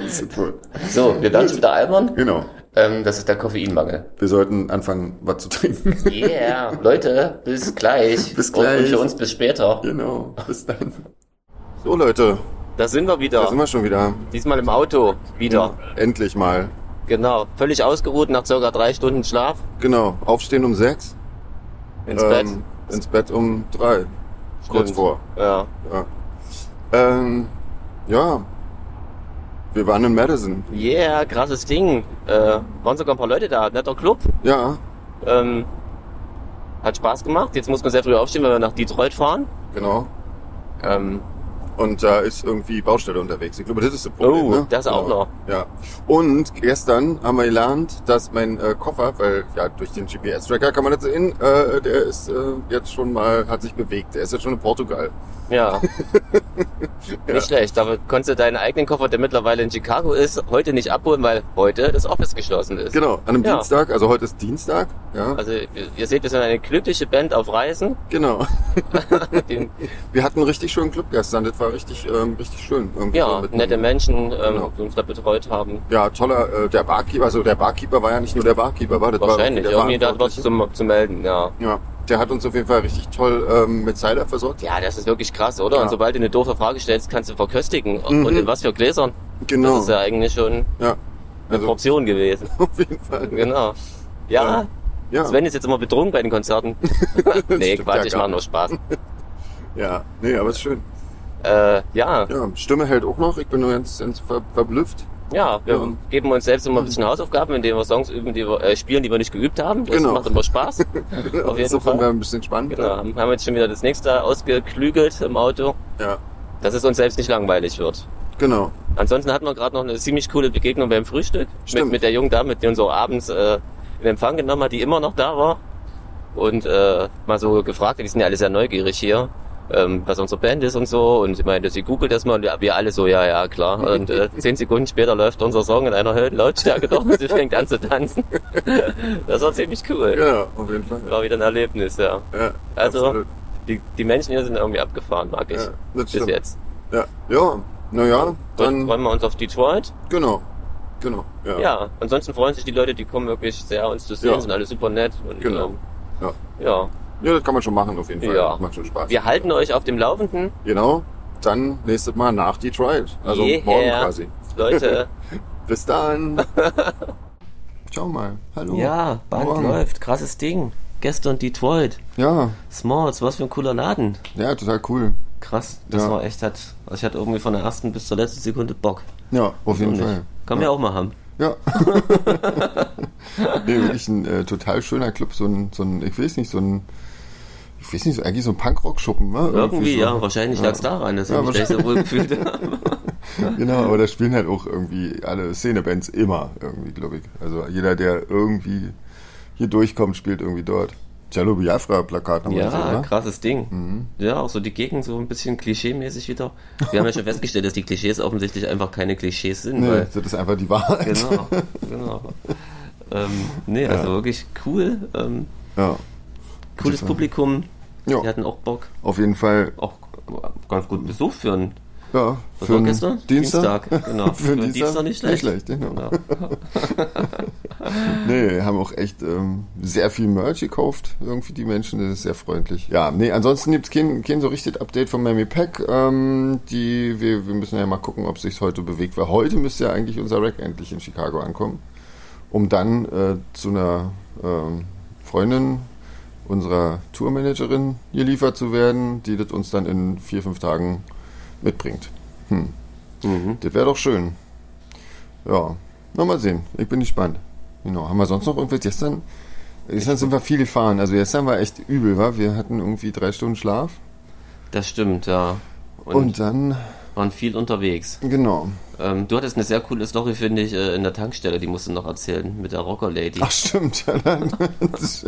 Speaker 2: Das ist cool.
Speaker 1: So, wir werden schon wieder albern.
Speaker 2: Genau.
Speaker 1: Ähm, das ist der Koffeinmangel.
Speaker 2: Wir sollten anfangen, was zu trinken.
Speaker 1: Yeah, Leute, bis gleich.
Speaker 2: Bis
Speaker 1: Und, und
Speaker 2: gleich.
Speaker 1: für uns bis später.
Speaker 2: Genau, bis dann. So Leute,
Speaker 1: Da sind wir wieder.
Speaker 2: da sind wir schon wieder.
Speaker 1: Diesmal im Auto wieder.
Speaker 2: Endlich mal.
Speaker 1: Genau. Völlig ausgeruht nach circa drei Stunden Schlaf.
Speaker 2: Genau, aufstehen um sechs.
Speaker 1: Ins
Speaker 2: ähm, Ins Bett um drei. Kurz vor.
Speaker 1: Ja.
Speaker 2: Ja. Ähm, ja. Wir waren in Madison.
Speaker 1: Yeah, krasses Ding. Äh, waren sogar ein paar Leute da. Netter Club.
Speaker 2: Ja,
Speaker 1: Ähm, hat Spaß gemacht. Jetzt muss man sehr früh aufstehen, weil wir nach Detroit fahren.
Speaker 2: genau.
Speaker 1: Ähm,
Speaker 2: Und da ist irgendwie Baustelle unterwegs. Ich glaube, das ist das Problem.
Speaker 1: Oh,
Speaker 2: ne?
Speaker 1: das auch noch.
Speaker 2: Ja. Und gestern haben wir gelernt, dass mein äh, Koffer, weil ja durch den GPS-Tracker kann man das sehen, äh, der ist äh, jetzt schon mal, hat sich bewegt. Der ist jetzt schon in Portugal.
Speaker 1: ja. Nicht schlecht. Aber konntest du deinen eigenen Koffer, der mittlerweile in Chicago ist, heute nicht abholen, weil heute das Office geschlossen ist.
Speaker 2: Genau, an einem
Speaker 1: Ja.
Speaker 2: Dienstag, also heute ist Dienstag. Ja,
Speaker 1: Also, ihr ihr seht, wir sind eine glückliche Band auf Reisen.
Speaker 2: genau.
Speaker 1: Den,
Speaker 2: Wir hatten einen richtig schönen Club gestern. Das war richtig, ähm, richtig schön. Irgendwie so
Speaker 1: ja,
Speaker 2: mit einem-
Speaker 1: nette Menschen, ähm,
Speaker 2: Genau.
Speaker 1: die uns da betreut haben.
Speaker 2: Ja, toller, äh, der Barkeeper, also der Barkeeper war ja nicht nur der Barkeeper, war das
Speaker 1: Wahrscheinlich,
Speaker 2: war
Speaker 1: irgendwie da
Speaker 2: der
Speaker 1: hat was
Speaker 2: Verantwortliche.
Speaker 1: zu, zu melden, ja.
Speaker 2: Ja, der hat uns auf jeden Fall richtig toll ähm, mit Cider versorgt.
Speaker 1: Ja, das ist wirklich krass, oder?
Speaker 2: Ja. Mhm.
Speaker 1: Und sobald du eine doofe Frage stellst, kannst du verköstigen. Und in was für Gläsern?
Speaker 2: genau.
Speaker 1: Das ist ja eigentlich schon
Speaker 2: ja.
Speaker 1: eine
Speaker 2: Also
Speaker 1: Portion gewesen.
Speaker 2: auf jeden Fall.
Speaker 1: Genau. Ja,
Speaker 2: Ja,
Speaker 1: Sven ist jetzt immer betrunken bei den Konzerten. nee,
Speaker 2: stimmt
Speaker 1: Quatsch,
Speaker 2: ja
Speaker 1: ich
Speaker 2: gar
Speaker 1: mache nur Spaß.
Speaker 2: ja. Nee, aber ist schön.
Speaker 1: äh, ja,
Speaker 2: Ja, Stimme hält auch noch. Ich bin nur ganz, ganz ver verblüfft.
Speaker 1: ja, wir
Speaker 2: Ja.
Speaker 1: geben uns selbst immer ein bisschen Hausaufgaben, indem wir Songs üben, die wir, äh, spielen, die wir nicht geübt haben. Das
Speaker 2: Genau.
Speaker 1: macht immer Spaß. Auf jeden
Speaker 2: Also, Insofern war
Speaker 1: Fall.
Speaker 2: ein bisschen spannend.
Speaker 1: Genau, haben wir jetzt schon wieder das nächste ausgeklügelt im Auto,
Speaker 2: Ja,
Speaker 1: dass es uns selbst nicht langweilig wird.
Speaker 2: genau.
Speaker 1: Ansonsten hatten wir gerade noch eine ziemlich coole Begegnung beim Frühstück mit,
Speaker 2: Stimmt.
Speaker 1: mit der jungen Dame, die uns auch abends äh, in Empfang genommen hat, die immer noch da war und äh, mal so gefragt hat, die sind ja alle sehr neugierig hier, ähm, was unsere Band ist und so. Und sie meinte, sie googelt das mal und wir- wir alle so, ja, ja, klar. Und äh, zehn Sekunden später läuft unser Song in einer erhöhten Lautstärke doch und sie fängt an zu tanzen. das war ziemlich cool.
Speaker 2: Ja, auf jeden Fall.
Speaker 1: War wieder ein Erlebnis, ja.
Speaker 2: Ja,
Speaker 1: Also,
Speaker 2: absolut.
Speaker 1: die, die Menschen hier sind irgendwie abgefahren, mag ich.
Speaker 2: Ja, das
Speaker 1: bis
Speaker 2: stimmt.
Speaker 1: jetzt.
Speaker 2: Ja, ja. naja,
Speaker 1: Dann
Speaker 2: dann,
Speaker 1: freuen wir uns auf Detroit.
Speaker 2: genau, genau, ja.
Speaker 1: Ja, ansonsten freuen sich die Leute, die kommen wirklich sehr, uns zu sehen,
Speaker 2: Ja.
Speaker 1: sind alle super nett. Und,
Speaker 2: Genau.
Speaker 1: ähm,
Speaker 2: Ja.
Speaker 1: ja.
Speaker 2: Ja, das kann man schon machen, auf jeden Fall.
Speaker 1: Ja.
Speaker 2: Macht schon Spaß.
Speaker 1: Wir halten euch auf dem Laufenden.
Speaker 2: Genau, dann nächstes Mal nach Detroit. Also
Speaker 1: Yeah.
Speaker 2: morgen quasi.
Speaker 1: Leute.
Speaker 2: Bis dann. Ciao mal. Hallo.
Speaker 1: ja, Band
Speaker 2: Morgen.
Speaker 1: läuft. Krasses Ding. Gestern Detroit.
Speaker 2: Ja,
Speaker 1: Smalls, was für ein cooler Laden.
Speaker 2: ja, total cool.
Speaker 1: Krass. Das
Speaker 2: Ja.
Speaker 1: war echt, hat, also ich hatte irgendwie von der ersten bis zur letzten Sekunde Bock.
Speaker 2: Ja, auf jeden
Speaker 1: Und ich-
Speaker 2: Fall.
Speaker 1: Kann man ja auch mal haben.
Speaker 2: Ja. nee, wirklich ein äh, total schöner Club. So ein, so ein, ich weiß nicht, so ein, ich weiß nicht, so, eigentlich so ein Punkrock-Schuppen, ne?
Speaker 1: Irgendwie,
Speaker 2: so.
Speaker 1: ja, wahrscheinlich lag's daran, dass
Speaker 2: Ja,
Speaker 1: ich mich gleich so wohl gefühlt habe.
Speaker 2: Genau, aber da spielen halt auch irgendwie alle Szenebands immer irgendwie, glaube ich. Also jeder, der irgendwie hier durchkommt, spielt irgendwie dort. Cello Biafra-Plakat haben wir gesehen,
Speaker 1: Ja,
Speaker 2: ne?
Speaker 1: krasses Ding. Ja, auch so die Gegend so ein bisschen klischee-mäßig wieder. Wir haben ja schon festgestellt, dass die Klischees offensichtlich einfach keine Klischees sind.
Speaker 2: Nee,
Speaker 1: Weil,
Speaker 2: das ist einfach die Wahrheit.
Speaker 1: genau, genau. ähm, nee, also wirklich cool. Ähm,
Speaker 2: Ja,
Speaker 1: cooles Publikum.
Speaker 2: Ja.
Speaker 1: Die hatten auch Bock.
Speaker 2: auf jeden Fall.
Speaker 1: Auch ganz gut Besuch für einen
Speaker 2: Ja,
Speaker 1: was
Speaker 2: für
Speaker 1: war
Speaker 2: einen
Speaker 1: gestern?
Speaker 2: Dienstag.
Speaker 1: Dienstag, genau.
Speaker 2: für einen Dienstag
Speaker 1: nicht schlecht.
Speaker 2: Nicht schlecht, genau.
Speaker 1: Ja.
Speaker 2: Nee, haben auch echt ähm, sehr viel Merch gekauft, irgendwie die Menschen, das ist sehr freundlich. Ja, nee, ansonsten gibt's kein, kein so richtig Update von Mammy Pack. Ähm, die, wir, wir müssen ja mal gucken, ob sich's heute bewegt, weil heute müsste ja eigentlich unser Rack endlich in Chicago ankommen, um dann äh, zu einer ähm, Freundin unserer Tourmanagerin geliefert zu werden, die das uns dann in vier, fünf Tagen mitbringt. Hm.
Speaker 1: Mhm,
Speaker 2: Das wäre doch schön. Ja, na mal sehen. Ich bin gespannt. Genau. Haben wir sonst noch irgendwas? Gestern, gestern sind wir viel gefahren. Also gestern war echt übel, war. Wir hatten irgendwie drei Stunden Schlaf
Speaker 1: Das stimmt, ja. Und,
Speaker 2: und, dann,
Speaker 1: waren viel unterwegs.
Speaker 2: genau.
Speaker 1: Ähm, du hattest eine sehr coole Story, finde ich, äh, in der Tankstelle, die musst du noch erzählen, mit der Rocker Lady.
Speaker 2: Ach stimmt, ja dann. das-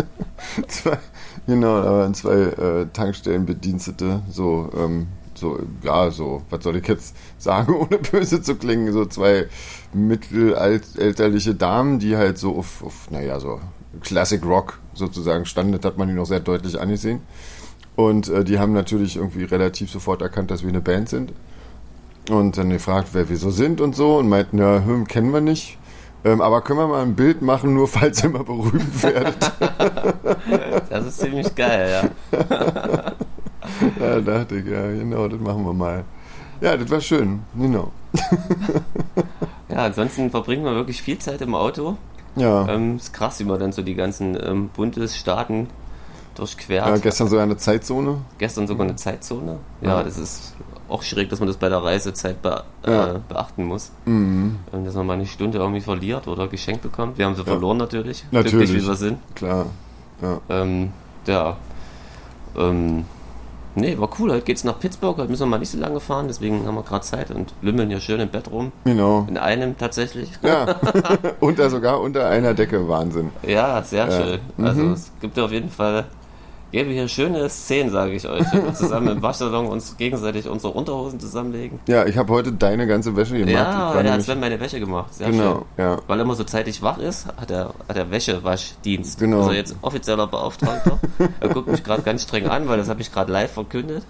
Speaker 2: zwei, genau, da waren zwei äh, Tankstellenbedienstete, so, ähm, so, ja, so, was soll ich jetzt sagen, ohne böse zu klingen, so zwei mittelalterliche Damen, die halt so auf, auf naja, so Classic Rock sozusagen standen, das hat man ihnen noch sehr deutlich angesehen. Und äh, die haben natürlich irgendwie relativ sofort erkannt, dass wir eine Band sind. Und dann gefragt, wer wir so sind und so. Und meinten, ja, hm, kennen wir nicht. Ähm, aber können wir mal ein Bild machen, nur falls ihr mal berühmt werdet.
Speaker 1: Das ist ziemlich geil, ja.
Speaker 2: ja, dachte ich, ja, genau, das machen wir mal. Ja, das war schön, genau.
Speaker 1: Ja, ansonsten verbringt man wirklich viel Zeit im Auto.
Speaker 2: Ja.
Speaker 1: Ähm, ist krass, wie man dann so die ganzen ähm, Bundesstaaten durchquert.
Speaker 2: ja, gestern sogar eine Zeitzone.
Speaker 1: Gestern sogar eine Zeitzone. Ja,
Speaker 2: Ja.
Speaker 1: das ist auch schräg, dass man das bei der Reisezeit be
Speaker 2: Ja. Mhm.
Speaker 1: äh, beachten muss. Ähm, Dass man mal eine Stunde irgendwie verliert oder geschenkt bekommt. Wir haben sie verloren natürlich.
Speaker 2: Natürlich.
Speaker 1: Glücklich, wie wir sind.
Speaker 2: Klar. Ja.
Speaker 1: Ähm, ja. Ähm, nee, war cool. Heute geht's nach Pittsburgh. Heute müssen wir mal nicht so lange fahren. Deswegen haben wir gerade Zeit und lümmeln hier schön im Bett rum.
Speaker 2: Genau.
Speaker 1: In einem tatsächlich.
Speaker 2: Ja. unter sogar unter einer Decke, Wahnsinn.
Speaker 1: Ja, sehr schön.
Speaker 2: Mhm.
Speaker 1: Also es gibt auf jeden Fall, gäbe hier schöne Szenen, sage ich euch. Wenn wir zusammen im Waschsalon uns gegenseitig unsere Unterhosen zusammenlegen.
Speaker 2: Ja, ich habe heute deine ganze Wäsche gemacht. Ich
Speaker 1: Ja,
Speaker 2: war
Speaker 1: er hat
Speaker 2: nämlich-
Speaker 1: Sven meine Wäsche gemacht. Sehr
Speaker 2: Genau,
Speaker 1: schön.
Speaker 2: ja.
Speaker 1: Weil er immer so zeitig wach ist, hat er, hat er Wäschewaschdienst.
Speaker 2: Genau.
Speaker 1: Also jetzt offizieller Beauftragter. er guckt mich gerade ganz streng an, weil das habe ich gerade live verkündet.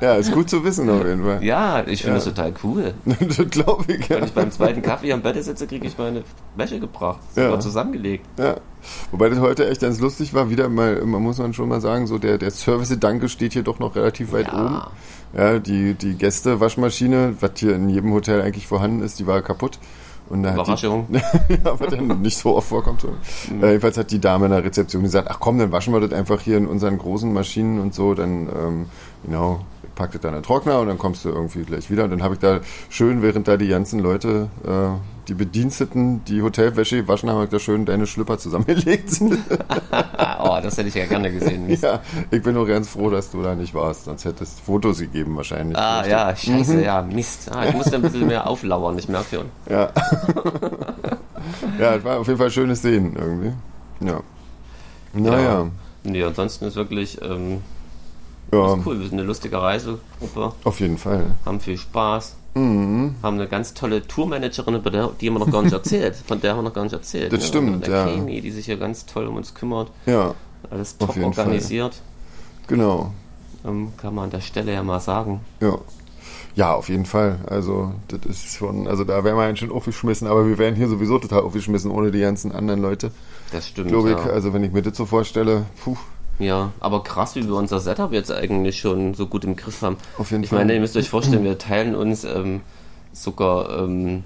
Speaker 2: ja, ist gut zu wissen auf jeden Fall.
Speaker 1: Ja, ich finde
Speaker 2: Ja.
Speaker 1: das total cool.
Speaker 2: das glaube ich, ja.
Speaker 1: Wenn ich beim zweiten Kaffee am Bett sitze, kriege ich meine Wäsche gebracht.
Speaker 2: Ja.
Speaker 1: Super zusammengelegt.
Speaker 2: Ja. Wobei das heute echt ganz lustig war, wieder mal, man muss man schon mal sagen, so der, der Service-Danke steht hier doch noch relativ weit
Speaker 1: Ja.
Speaker 2: oben. Ja, die, die Gäste-Waschmaschine, was hier in jedem Hotel eigentlich vorhanden ist, die war kaputt. Und da hat die,
Speaker 1: Überraschung. Mhm.
Speaker 2: ja, was dann nicht so oft vorkommt. So. Äh, jedenfalls hat die Dame in der Rezeption gesagt, ach komm, dann waschen wir das einfach hier in unseren großen Maschinen und so, dann, ähm, genau, packt das dann in den Trockner und dann kommst du irgendwie gleich wieder. Und dann habe ich da schön, während da die ganzen Leute, äh, die Bediensteten, die Hotelwäsche gewaschen haben, habe ich da schön deine Schlüpper zusammengelegt.
Speaker 1: Ah, oh, das hätte ich ja gerne gesehen.
Speaker 2: ja, ich bin nur ganz froh, dass du da nicht warst, sonst hättest Fotos gegeben wahrscheinlich.
Speaker 1: Ah ja,
Speaker 2: Mhm.
Speaker 1: scheiße, ja, Mist. Ah, ich musste ein bisschen mehr auflauern, ich merke schon.
Speaker 2: Ja. ja, das war auf jeden Fall schönes Sehen irgendwie. Ja. Naja.
Speaker 1: Nee, ansonsten ist wirklich ähm, Das
Speaker 2: Ja,
Speaker 1: ist cool, wir sind eine lustige Reisegruppe,
Speaker 2: auf jeden Fall.
Speaker 1: haben viel Spaß,
Speaker 2: Mhm.
Speaker 1: haben eine ganz tolle Tourmanagerin, über der- die haben wir noch gar nicht erzählt, von der haben wir noch gar nicht erzählt. ne?
Speaker 2: Das stimmt,
Speaker 1: der
Speaker 2: ja.
Speaker 1: Kemi, die sich hier ganz toll um uns kümmert,
Speaker 2: Ja,
Speaker 1: alles
Speaker 2: Auf
Speaker 1: top
Speaker 2: jeden Fall.
Speaker 1: organisiert,
Speaker 2: genau.
Speaker 1: ähm, kann man an der Stelle ja mal sagen.
Speaker 2: Ja. Ja, auf jeden Fall. Also, das ist schon, also da wären wir eigentlich schon aufgeschmissen, aber wir wären hier sowieso total aufgeschmissen ohne die ganzen anderen Leute.
Speaker 1: Das stimmt,
Speaker 2: Glaube ich,
Speaker 1: ja.
Speaker 2: also wenn ich mir das so vorstelle, puh,
Speaker 1: Ja, aber krass, wie wir unser Setup jetzt eigentlich schon so gut im Griff haben.
Speaker 2: Auf jeden
Speaker 1: ich
Speaker 2: Fall.
Speaker 1: meine, ihr müsst euch vorstellen, wir teilen uns ähm, sogar ähm,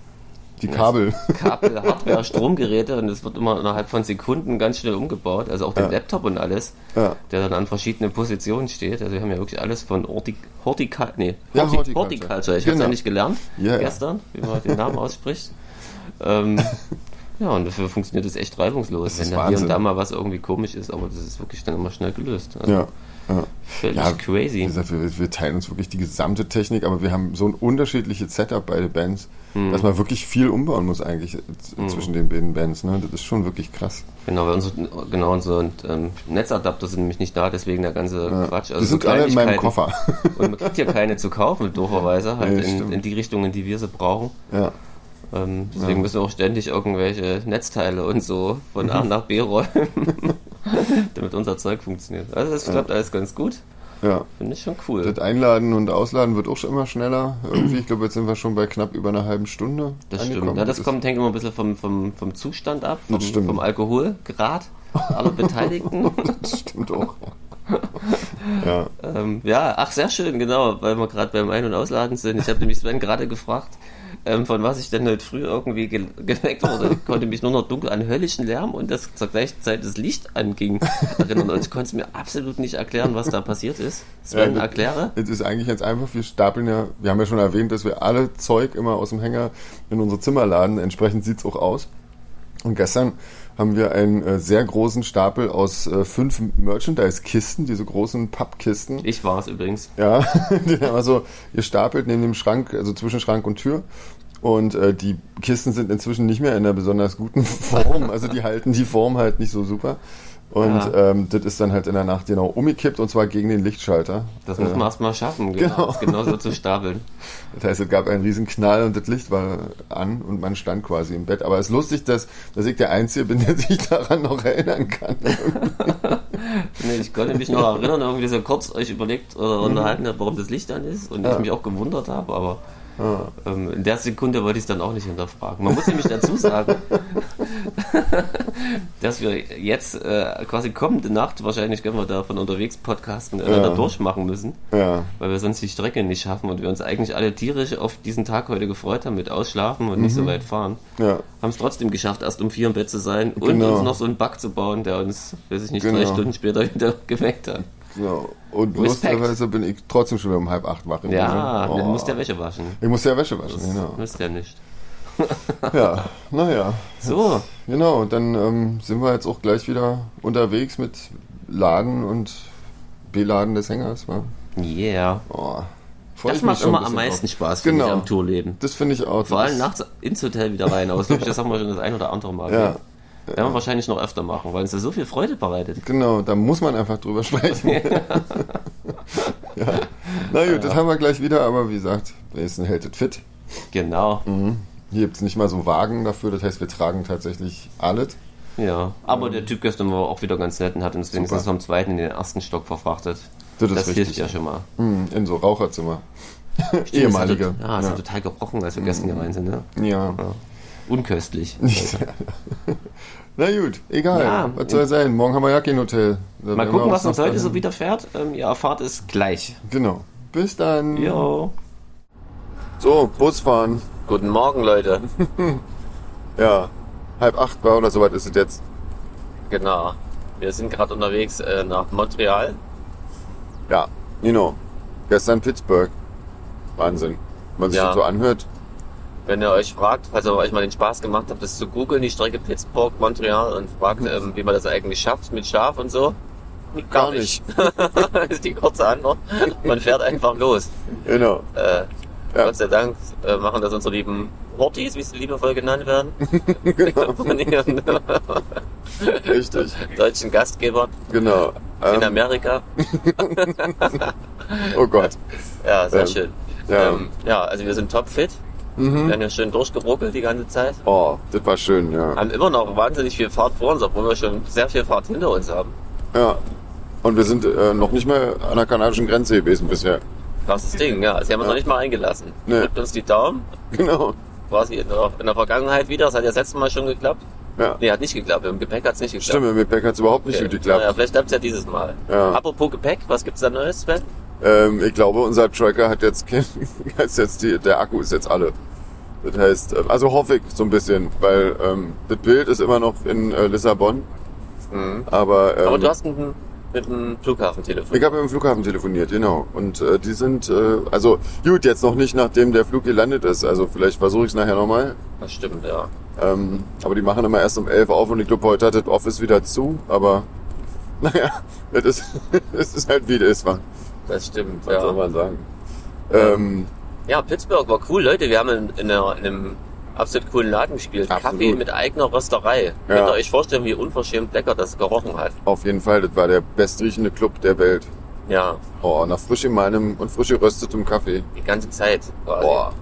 Speaker 2: die Kabel.
Speaker 1: Kabel, Hardware, Stromgeräte und es wird immer innerhalb von Sekunden ganz schnell umgebaut. Also auch den Laptop und alles,
Speaker 2: Ja.
Speaker 1: der dann an verschiedenen Positionen steht. Also wir haben ja wirklich alles von Horti Horticulture, nee,
Speaker 2: Ja,
Speaker 1: Horti
Speaker 2: Horticulture.
Speaker 1: Horticulture. Ich hab's
Speaker 2: Genau.
Speaker 1: ja nicht gelernt
Speaker 2: Ja, ja.
Speaker 1: gestern, wie man den Namen ausspricht. ähm, ja, und dafür funktioniert es echt reibungslos,
Speaker 2: ist
Speaker 1: wenn da hier
Speaker 2: Wahnsinn.
Speaker 1: und da mal was irgendwie komisch ist, aber das ist wirklich dann immer schnell gelöst. Also
Speaker 2: Ja. ja.
Speaker 1: Völlig
Speaker 2: Ja, Wie
Speaker 1: crazy.
Speaker 2: gesagt, wir, wir teilen uns wirklich die gesamte Technik, aber wir haben so ein unterschiedliches Setup bei den Bands,
Speaker 1: Hm.
Speaker 2: dass man wirklich viel umbauen muss eigentlich z- zwischen den beiden Bands. Ne? Das ist schon wirklich krass.
Speaker 1: Genau, weil unsere, genau unsere ähm, Netzadapter sind nämlich nicht da, deswegen der ganze Quatsch. also
Speaker 2: die
Speaker 1: so
Speaker 2: sind alle in meinem
Speaker 1: Kleinigkeiten.
Speaker 2: Koffer.
Speaker 1: Und man kriegt hier keine zu kaufen, dooferweise, halt
Speaker 2: Nee,
Speaker 1: in,
Speaker 2: stimmt.
Speaker 1: in die Richtungen, die wir sie brauchen.
Speaker 2: ja.
Speaker 1: Ähm, deswegen müssen wir auch ständig irgendwelche Netzteile und so von A nach B räumen, damit unser Zeug funktioniert. Also das klappt alles ganz gut.
Speaker 2: ja.
Speaker 1: Finde ich schon cool.
Speaker 2: Das Einladen und Ausladen wird auch schon immer schneller. Irgendwie, ich glaube, jetzt sind wir schon bei knapp über einer halben Stunde.
Speaker 1: Das
Speaker 2: angekommen.
Speaker 1: stimmt. Ja, das kommt, hängt immer ein bisschen vom, vom, vom Zustand ab, vom,
Speaker 2: Das stimmt.
Speaker 1: vom Alkoholgrad aller Beteiligten.
Speaker 2: Das stimmt auch. ja.
Speaker 1: Ähm, ja, ach, sehr schön, genau, weil wir gerade beim Ein- und Ausladen sind. Ich habe nämlich Sven gerade gefragt, ähm, von was ich denn heute früh irgendwie ge geweckt wurde. Ich konnte mich nur noch dunkel an höllischen Lärm und das zur gleichen Zeit das Licht anging erinnern. Und ich konnte es mir absolut nicht erklären, was da passiert ist. Sven,
Speaker 2: Ja,
Speaker 1: erkläre.
Speaker 2: Es ist eigentlich ganz einfach, wir stapeln ja, wir haben ja schon erwähnt, dass wir alle Zeug immer aus dem Hänger in unsere Zimmer laden. Entsprechend sieht's auch aus. Und gestern haben wir einen äh, sehr großen Stapel aus äh, fünf Merchandise-Kisten, diese großen Pappkisten.
Speaker 1: Ich war es übrigens.
Speaker 2: Ja, den haben wir so gestapelt neben dem Schrank, also zwischen Schrank und Tür. Und äh, die Kisten sind inzwischen nicht mehr in einer besonders guten Form. Also die halten die Form halt nicht so super. Und
Speaker 1: Ja.
Speaker 2: ähm, das ist dann halt in der Nacht genau umgekippt und zwar gegen den Lichtschalter.
Speaker 1: Das muss man erstmal schaffen, genau.
Speaker 2: Genau.
Speaker 1: Das genauso zu stapeln.
Speaker 2: Das heißt, es gab einen riesen Knall und das Licht war an und man stand quasi im Bett. Aber es ist lustig, dass, dass ich der Einzige bin, der sich daran noch erinnern kann.
Speaker 1: Nee, ich konnte mich noch erinnern, irgendwie, dass ihr kurz euch überlegt
Speaker 2: Mhm.
Speaker 1: oder unterhalten habt, warum das Licht an ist und ich mich auch gewundert habe, aber ähm, in der Sekunde wollte ich es dann auch nicht hinterfragen. Man muss nämlich dazu sagen, dass wir jetzt äh, quasi kommende Nacht, wahrscheinlich können wir da von unterwegs podcasten, äh,
Speaker 2: Ja.
Speaker 1: da durchmachen müssen,
Speaker 2: Ja,
Speaker 1: weil wir sonst die Strecke nicht schaffen und wir uns eigentlich alle tierisch auf diesen Tag heute gefreut haben mit Ausschlafen und nicht so weit fahren
Speaker 2: Mhm. ja.
Speaker 1: haben es trotzdem geschafft, erst um vier im Bett zu sein und
Speaker 2: Genau.
Speaker 1: uns noch so einen Bug zu bauen, der uns, weiß ich nicht, drei
Speaker 2: Genau.
Speaker 1: Stunden später wieder geweckt hat.
Speaker 2: So. Und
Speaker 1: Respekt.
Speaker 2: lustigerweise bin ich trotzdem schon wieder um halb acht wach.
Speaker 1: Ja,
Speaker 2: gewesen.
Speaker 1: dann
Speaker 2: Oh.
Speaker 1: muss der Wäsche waschen.
Speaker 2: Ich muss ja Wäsche waschen,
Speaker 1: Genau.
Speaker 2: genau.
Speaker 1: Müsst ihr nicht.
Speaker 2: Ja, naja.
Speaker 1: So,
Speaker 2: Genau, dann ähm, sind wir jetzt auch gleich wieder unterwegs mit Laden und Beladen des Hängers. Wa?
Speaker 1: yeah.
Speaker 2: Oh, freu
Speaker 1: Das
Speaker 2: ich mich
Speaker 1: macht
Speaker 2: schon
Speaker 1: immer
Speaker 2: ein
Speaker 1: am
Speaker 2: bisschen
Speaker 1: meisten
Speaker 2: drauf.
Speaker 1: Spaß, finde ich,
Speaker 2: Genau.
Speaker 1: am Tourleben.
Speaker 2: Das finde ich auch.
Speaker 1: Vor
Speaker 2: das
Speaker 1: allem
Speaker 2: ist-
Speaker 1: nachts ins Hotel wieder rein, aber das, glaub ich, das haben wir schon das ein oder andere Mal.
Speaker 2: Ja.
Speaker 1: gemacht. Werden wir wahrscheinlich noch öfter machen, weil uns das so viel Freude bereitet.
Speaker 2: Genau, da muss man einfach drüber sprechen. ja. Na gut, das haben wir gleich wieder, aber wie gesagt, Jason hält es fit.
Speaker 1: Genau.
Speaker 2: Mhm. Hier gibt es nicht mal so Wagen dafür, das heißt, wir tragen tatsächlich alles.
Speaker 1: Ja. Aber der Typ gestern war auch wieder ganz nett und hat uns wenigstens vom zweiten in den ersten Stock verfrachtet.
Speaker 2: Das ist
Speaker 1: hilft
Speaker 2: richtig.
Speaker 1: ja schon mal.
Speaker 2: Hm, in so Raucherzimmer. Ehemalige.
Speaker 1: halt Ja, ah, es hat total gebrochen, als wir gestern hier rein sind, ne?
Speaker 2: ja.
Speaker 1: Unköstlich.
Speaker 2: Na gut, egal.
Speaker 1: Ja.
Speaker 2: was soll sein? Morgen haben wir ja kein Hotel. Da
Speaker 1: Mal
Speaker 2: werden
Speaker 1: gucken,
Speaker 2: wir
Speaker 1: was uns
Speaker 2: noch
Speaker 1: heute so
Speaker 2: dahin-
Speaker 1: widerfährt. Ähm, ihr erfahrt es gleich.
Speaker 2: Genau. Bis dann.
Speaker 1: Jo.
Speaker 2: So, Bus fahren.
Speaker 1: Guten Morgen, Leute.
Speaker 2: Ja. Halb acht war oder soweit ist es jetzt.
Speaker 1: Genau. Wir sind gerade unterwegs äh, nach Montreal.
Speaker 2: Ja, genau. Gestern Pittsburgh. Wahnsinn. Wenn man sich
Speaker 1: Ja.
Speaker 2: das so anhört.
Speaker 1: Wenn ihr euch fragt, falls ihr euch mal den Spaß gemacht habt, das zu googeln, die Strecke Pittsburgh, Montreal und fragt, ähm, wie man das eigentlich schafft mit Schaf und so.
Speaker 2: Mhm. Gar nicht.
Speaker 1: das ist die kurze Antwort. Man fährt einfach los.
Speaker 2: Genau.
Speaker 1: Äh,
Speaker 2: Ja.
Speaker 1: Gott sei Dank äh, machen das unsere lieben Hortis, wie sie liebevoll genannt werden,
Speaker 2: genau.
Speaker 1: von ihren äh,
Speaker 2: Richtig.
Speaker 1: deutschen Gastgebern.
Speaker 2: Genau.
Speaker 1: in Amerika.
Speaker 2: Oh Gott.
Speaker 1: Ja, sehr
Speaker 2: Ähm,
Speaker 1: schön.
Speaker 2: ja. Mhm.
Speaker 1: Ähm, ja, also wir sind topfit. Wir haben ja schön durchgeruckelt die ganze Zeit.
Speaker 2: Oh, das war schön, ja.
Speaker 1: Haben immer noch wahnsinnig viel Fahrt vor uns, obwohl wir schon sehr viel Fahrt hinter uns haben.
Speaker 2: ja. Und wir sind äh, noch nicht mal an der kanadischen Grenze gewesen bisher.
Speaker 1: Krasses Ding, ja. Also Sie haben uns noch nicht mal eingelassen.
Speaker 2: Nee.
Speaker 1: Drückt uns die Daumen,
Speaker 2: Genau.
Speaker 1: quasi in der, in der Vergangenheit wieder. Das hat ja das letzte Mal schon geklappt.
Speaker 2: Ja.
Speaker 1: Nee, hat nicht geklappt. Im Gepäck hat es nicht geklappt.
Speaker 2: Stimme, mit Beck hat es überhaupt nicht
Speaker 1: Okay.
Speaker 2: gut geklappt.
Speaker 1: Naja, vielleicht klappt es ja dieses Mal.
Speaker 2: Ja.
Speaker 1: Apropos Gepäck, was gibt's da Neues, Sven?
Speaker 2: Ähm, ich glaube, unser Tracker hat jetzt, kein- ist jetzt die, der Akku ist jetzt alle. Das heißt, ähm, also hoffe ich so ein bisschen, weil ähm, das Bild ist immer noch in äh, Lissabon. Aber, ähm,
Speaker 1: Mhm. Aber du hast mit, dem- mit dem Flughafen telefoniert.
Speaker 2: ich habe mit dem Flughafen telefoniert, genau. Und äh, die sind, äh, also gut, jetzt noch nicht, nachdem der Flug gelandet ist. Also vielleicht versuche ich es nachher nochmal.
Speaker 1: Das stimmt, ja.
Speaker 2: Ähm, aber die machen immer erst um 11 auf und ich glaube, heute hat das Office wieder zu. Aber naja, das ist, das ist halt wie das ist, wa?
Speaker 1: Das stimmt,
Speaker 2: was soll
Speaker 1: ja.
Speaker 2: man sagen. Ähm,
Speaker 1: Ja, Pittsburgh war cool, Leute. Wir haben in, in, einer, in einem absolut coolen Laden gespielt.
Speaker 2: Absolut.
Speaker 1: Kaffee mit eigener Rösterei. Könnt ihr euch vorstellen, wie unverschämt lecker das gerochen hat.
Speaker 2: Auf jeden Fall, das war der bestriechende Club der Welt.
Speaker 1: Ja,
Speaker 2: Oh, nach frisch gemahlenem und frisch geröstetem Kaffee.
Speaker 1: die ganze Zeit quasi.
Speaker 2: Boah.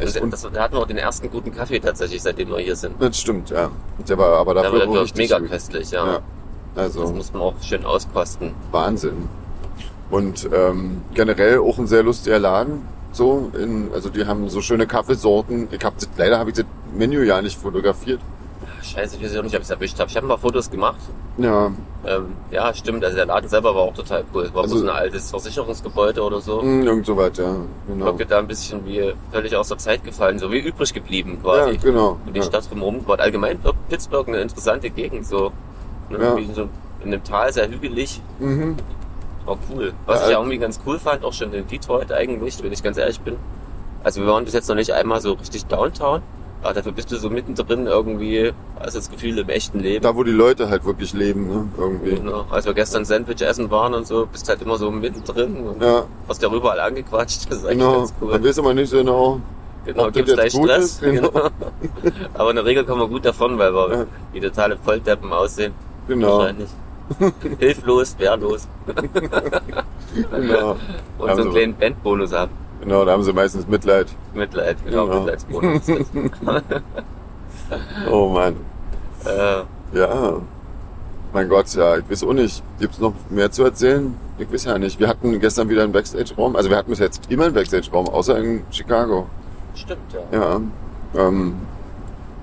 Speaker 1: das,
Speaker 2: Echt un-
Speaker 1: das, da hatten wir auch den ersten guten Kaffee tatsächlich, seitdem wir hier sind.
Speaker 2: Das stimmt, ja. Der war aber
Speaker 1: Da
Speaker 2: dafür,
Speaker 1: war
Speaker 2: wohl
Speaker 1: dafür
Speaker 2: richtig
Speaker 1: mega
Speaker 2: gut.
Speaker 1: köstlich, ja.
Speaker 2: Ja.
Speaker 1: Das
Speaker 2: Also
Speaker 1: muss man auch schön auskosten.
Speaker 2: Wahnsinn. Und ähm, generell auch ein sehr lustiger Laden. So, in, also die haben so schöne Kaffeesorten. Ich hab das, leider habe ich das Menü ja nicht fotografiert.
Speaker 1: Scheiße, ich weiß auch nicht, ob ich es erwischt habe. Ich habe ein paar Fotos gemacht.
Speaker 2: Ja,
Speaker 1: Ähm, ja, stimmt. Also der Laden selber war auch total cool. War
Speaker 2: Also-
Speaker 1: so ein altes Versicherungsgebäude oder so.
Speaker 2: mh, hm, irgend so weit, ja. Genau.
Speaker 1: Wirkte da ein bisschen wie völlig aus der Zeit gefallen, so wie übrig geblieben
Speaker 2: Ja,
Speaker 1: quasi.
Speaker 2: genau.
Speaker 1: Und die
Speaker 2: Ja.
Speaker 1: Stadt drumherum war allgemein wirkt Pittsburgh eine interessante Gegend, so. Ne?
Speaker 2: Ja.
Speaker 1: Wie so in einem Tal sehr hügelig.
Speaker 2: Mhm.
Speaker 1: War cool. Was
Speaker 2: Ja,
Speaker 1: ich ja
Speaker 2: äh,
Speaker 1: irgendwie ganz cool fand, auch schon in Detroit eigentlich, wenn ich ganz ehrlich bin. Also wir waren bis jetzt noch nicht einmal so richtig Downtown, aber dafür bist du so mittendrin irgendwie, hast das Gefühl im echten Leben.
Speaker 2: Da, wo die Leute halt wirklich leben, ne? irgendwie.
Speaker 1: Ne? Als wir gestern Sandwich essen waren und so, bist halt immer so mittendrin und
Speaker 2: Ja,
Speaker 1: hast ja überall angequatscht. Das ist eigentlich
Speaker 2: genau.
Speaker 1: ganz
Speaker 2: Man
Speaker 1: cool.
Speaker 2: weiß immer nicht so genau,
Speaker 1: Genau,
Speaker 2: ob das
Speaker 1: gibt's
Speaker 2: jetzt
Speaker 1: gleich
Speaker 2: gut
Speaker 1: Stress.
Speaker 2: ist, genau.
Speaker 1: Genau. Aber in der Regel kommen wir gut davon, weil wir
Speaker 2: Ja.
Speaker 1: wie totale Volldeppen aussehen.
Speaker 2: genau.
Speaker 1: Wahrscheinlich. Hilflos, wehrlos. ne?
Speaker 2: genau.
Speaker 1: Und so
Speaker 2: Also-
Speaker 1: einen kleinen Bandbonus haben.
Speaker 2: Genau, da haben sie meistens Mitleid.
Speaker 1: Mitleid, genau,
Speaker 2: Genau.
Speaker 1: Mitleidsbonus.
Speaker 2: Oh Mann.
Speaker 1: äh,
Speaker 2: Ja. Mein Gott, ja, ich weiß auch nicht. Gibt's noch mehr zu erzählen? Ich weiß ja nicht. Wir hatten gestern wieder einen Backstage-Raum. Also wir hatten bis jetzt immer einen Backstage-Raum, außer in Chicago.
Speaker 1: stimmt, ja. ja.
Speaker 2: Ja. Ähm,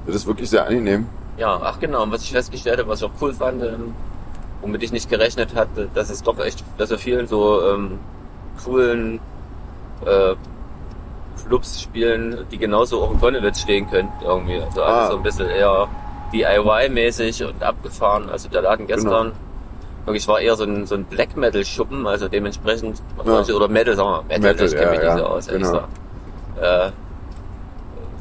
Speaker 2: das ist wirklich sehr angenehm.
Speaker 1: ach genau, und was ich festgestellt habe, was ich auch cool fand, ähm, womit ich nicht gerechnet hatte, dass es doch echt, dass wir vielen so ähm, coolen äh, Clubs spielen, die genauso auch in Konnewitz stehen könnten irgendwie. Also alles
Speaker 2: Ah.
Speaker 1: so ein bisschen eher DIY-mäßig und abgefahren. Also der Laden
Speaker 2: Genau.
Speaker 1: gestern wirklich war eher so ein, so ein Black Metal-Schuppen, also dementsprechend manche- oder Metal, sagen wir, Metal,
Speaker 2: Metal,
Speaker 1: ich kenne
Speaker 2: ja,
Speaker 1: mich nicht
Speaker 2: ja,
Speaker 1: so aus, ehrlich
Speaker 2: genau.
Speaker 1: gesagt. Äh,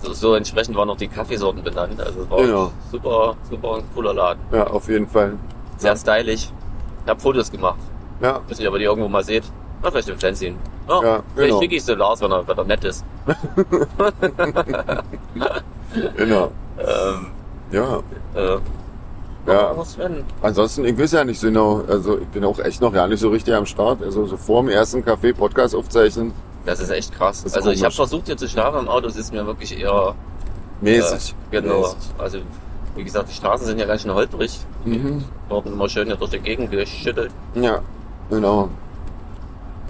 Speaker 1: so, so entsprechend waren auch die Kaffeesorten benannt. Also es war
Speaker 2: Genau.
Speaker 1: super, super ein cooler Laden.
Speaker 2: Ja, auf jeden Fall.
Speaker 1: Sehr stylisch. Ich habe Fotos gemacht.
Speaker 2: Ja,
Speaker 1: Wissen nicht, ob ihr die irgendwo mal seht. Na, vielleicht im Fernsehen. Ja,
Speaker 2: Ja,
Speaker 1: vielleicht
Speaker 2: genau.
Speaker 1: schicke ich so Lars, wenn er, wenn er nett ist.
Speaker 2: genau.
Speaker 1: Ähm,
Speaker 2: Ja.
Speaker 1: äh,
Speaker 2: Ja.
Speaker 1: oh, Sven.
Speaker 2: Ansonsten, ich weiß ja nicht so genau, also ich bin auch echt noch gar nicht so richtig am Start. Also so vor dem ersten Kaffee Podcast aufzeichnen.
Speaker 1: Das ist echt krass.
Speaker 2: Das ist
Speaker 1: also ich habe
Speaker 2: komisch.
Speaker 1: versucht hier zu schlafen im Auto, es ist mir wirklich eher
Speaker 2: Mäßig.
Speaker 1: Äh, genau.
Speaker 2: Mäßig.
Speaker 1: Also, wie gesagt, die Straßen sind ja ganz schön holprig.
Speaker 2: Mhm.
Speaker 1: Wurden immer schön hier durch die Gegend geschüttelt.
Speaker 2: Ja, genau.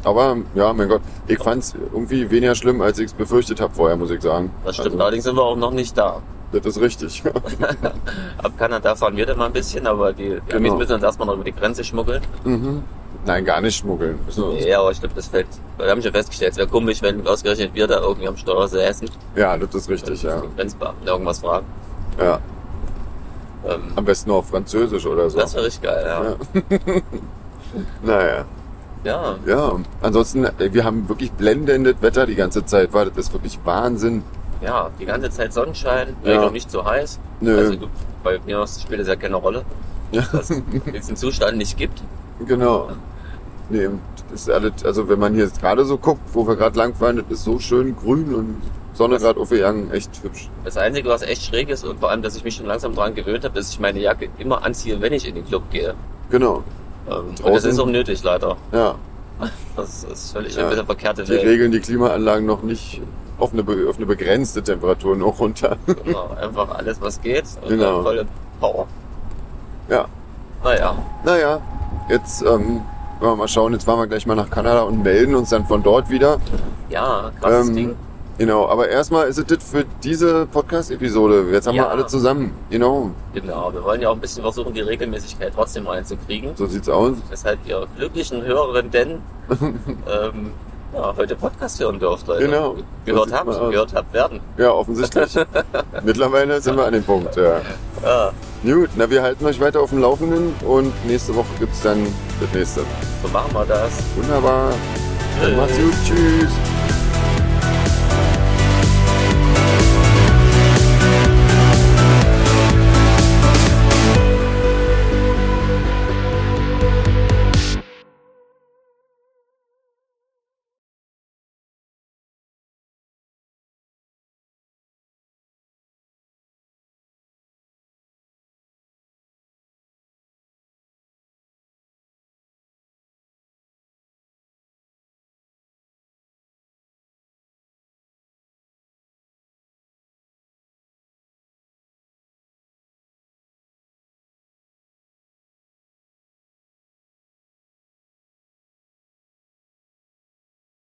Speaker 2: Aber ja, mein Gott, ich fand's irgendwie weniger schlimm, als ich es befürchtet habe vorher, muss ich sagen.
Speaker 1: Das stimmt.
Speaker 2: Also,
Speaker 1: Allerdings sind wir auch noch nicht da.
Speaker 2: das ist richtig.
Speaker 1: Ab Kanada fahren wir dann mal ein bisschen, aber die die Amis
Speaker 2: Genau.
Speaker 1: müssen uns erstmal noch über die Grenze schmuggeln.
Speaker 2: mhm. Nein, gar nicht schmuggeln. Müssen wir uns-
Speaker 1: Ja, aber ich glaube, das fällt. Wir haben schon festgestellt, es wäre komisch, wenn ausgerechnet wir da irgendwie am Steuer säßen.
Speaker 2: Ja, das ist richtig, ja.
Speaker 1: Die Grenzbeamten irgendwas fragen.
Speaker 2: ja.
Speaker 1: Ähm,
Speaker 2: Am besten auf Französisch oder so.
Speaker 1: Das wäre richtig geil, ja.
Speaker 2: Naja,
Speaker 1: Ja,
Speaker 2: ja. Ansonsten, äh, wir haben wirklich blendendes Wetter die ganze Zeit. War das ist wirklich Wahnsinn.
Speaker 1: ja, die ganze Zeit Sonnenschein,
Speaker 2: Ja.
Speaker 1: Regen nicht so heiß.
Speaker 2: Nö.
Speaker 1: Also du, bei mir aus spielt das ja keine Rolle,
Speaker 2: Ja,
Speaker 1: dass es einen Zustand nicht gibt.
Speaker 2: genau. Nee, das ist alles, also wenn man hier jetzt gerade so guckt, wo wir gerade langfahren, das ist so schön grün und Sonne gerade aufgegangen, echt hübsch.
Speaker 1: Das Einzige, was echt schräg ist und vor allem, dass ich mich schon langsam daran gewöhnt habe, dass ich meine Jacke immer anziehe, wenn ich in den Club gehe.
Speaker 2: Genau.
Speaker 1: Ähm, und das
Speaker 2: Draußen-
Speaker 1: ist auch nötig, leider.
Speaker 2: Ja,
Speaker 1: Das ist völlig
Speaker 2: Ja.
Speaker 1: ein bisschen verkehrte
Speaker 2: die regeln die Klimaanlagen noch nicht auf eine, be- auf eine begrenzte Temperatur noch runter.
Speaker 1: Genau, einfach alles, was geht. Und
Speaker 2: Genau.
Speaker 1: dann volle Power.
Speaker 2: ja,
Speaker 1: Naja,
Speaker 2: naja, jetzt ähm, wollen wir mal schauen, jetzt fahren wir gleich mal nach Kanada und melden uns dann von dort wieder.
Speaker 1: ja, krasses
Speaker 2: Ähm,
Speaker 1: Ding.
Speaker 2: Genau, aber erstmal ist es das für diese Podcast-Episode. Jetzt haben
Speaker 1: Ja.
Speaker 2: wir alle zusammen. Genau,
Speaker 1: Genau, wir wollen ja auch ein bisschen versuchen, die Regelmäßigkeit trotzdem reinzukriegen.
Speaker 2: so sieht's aus.
Speaker 1: Weshalb ihr glücklichen Hörerinnen denn ähm, ja, heute Podcast hören dürft, Leute.
Speaker 2: Genau.
Speaker 1: Gehört
Speaker 2: So
Speaker 1: habt,
Speaker 2: sieht's mal aus.
Speaker 1: gehört habt werden.
Speaker 2: Ja, offensichtlich. Mittlerweile sind wir an dem Punkt. Ja.
Speaker 1: Ja,
Speaker 2: Gut, na wir halten euch weiter auf dem Laufenden und nächste Woche gibt's dann das nächste.
Speaker 1: so machen wir das.
Speaker 2: Wunderbar. Macht's gut. Tschüss.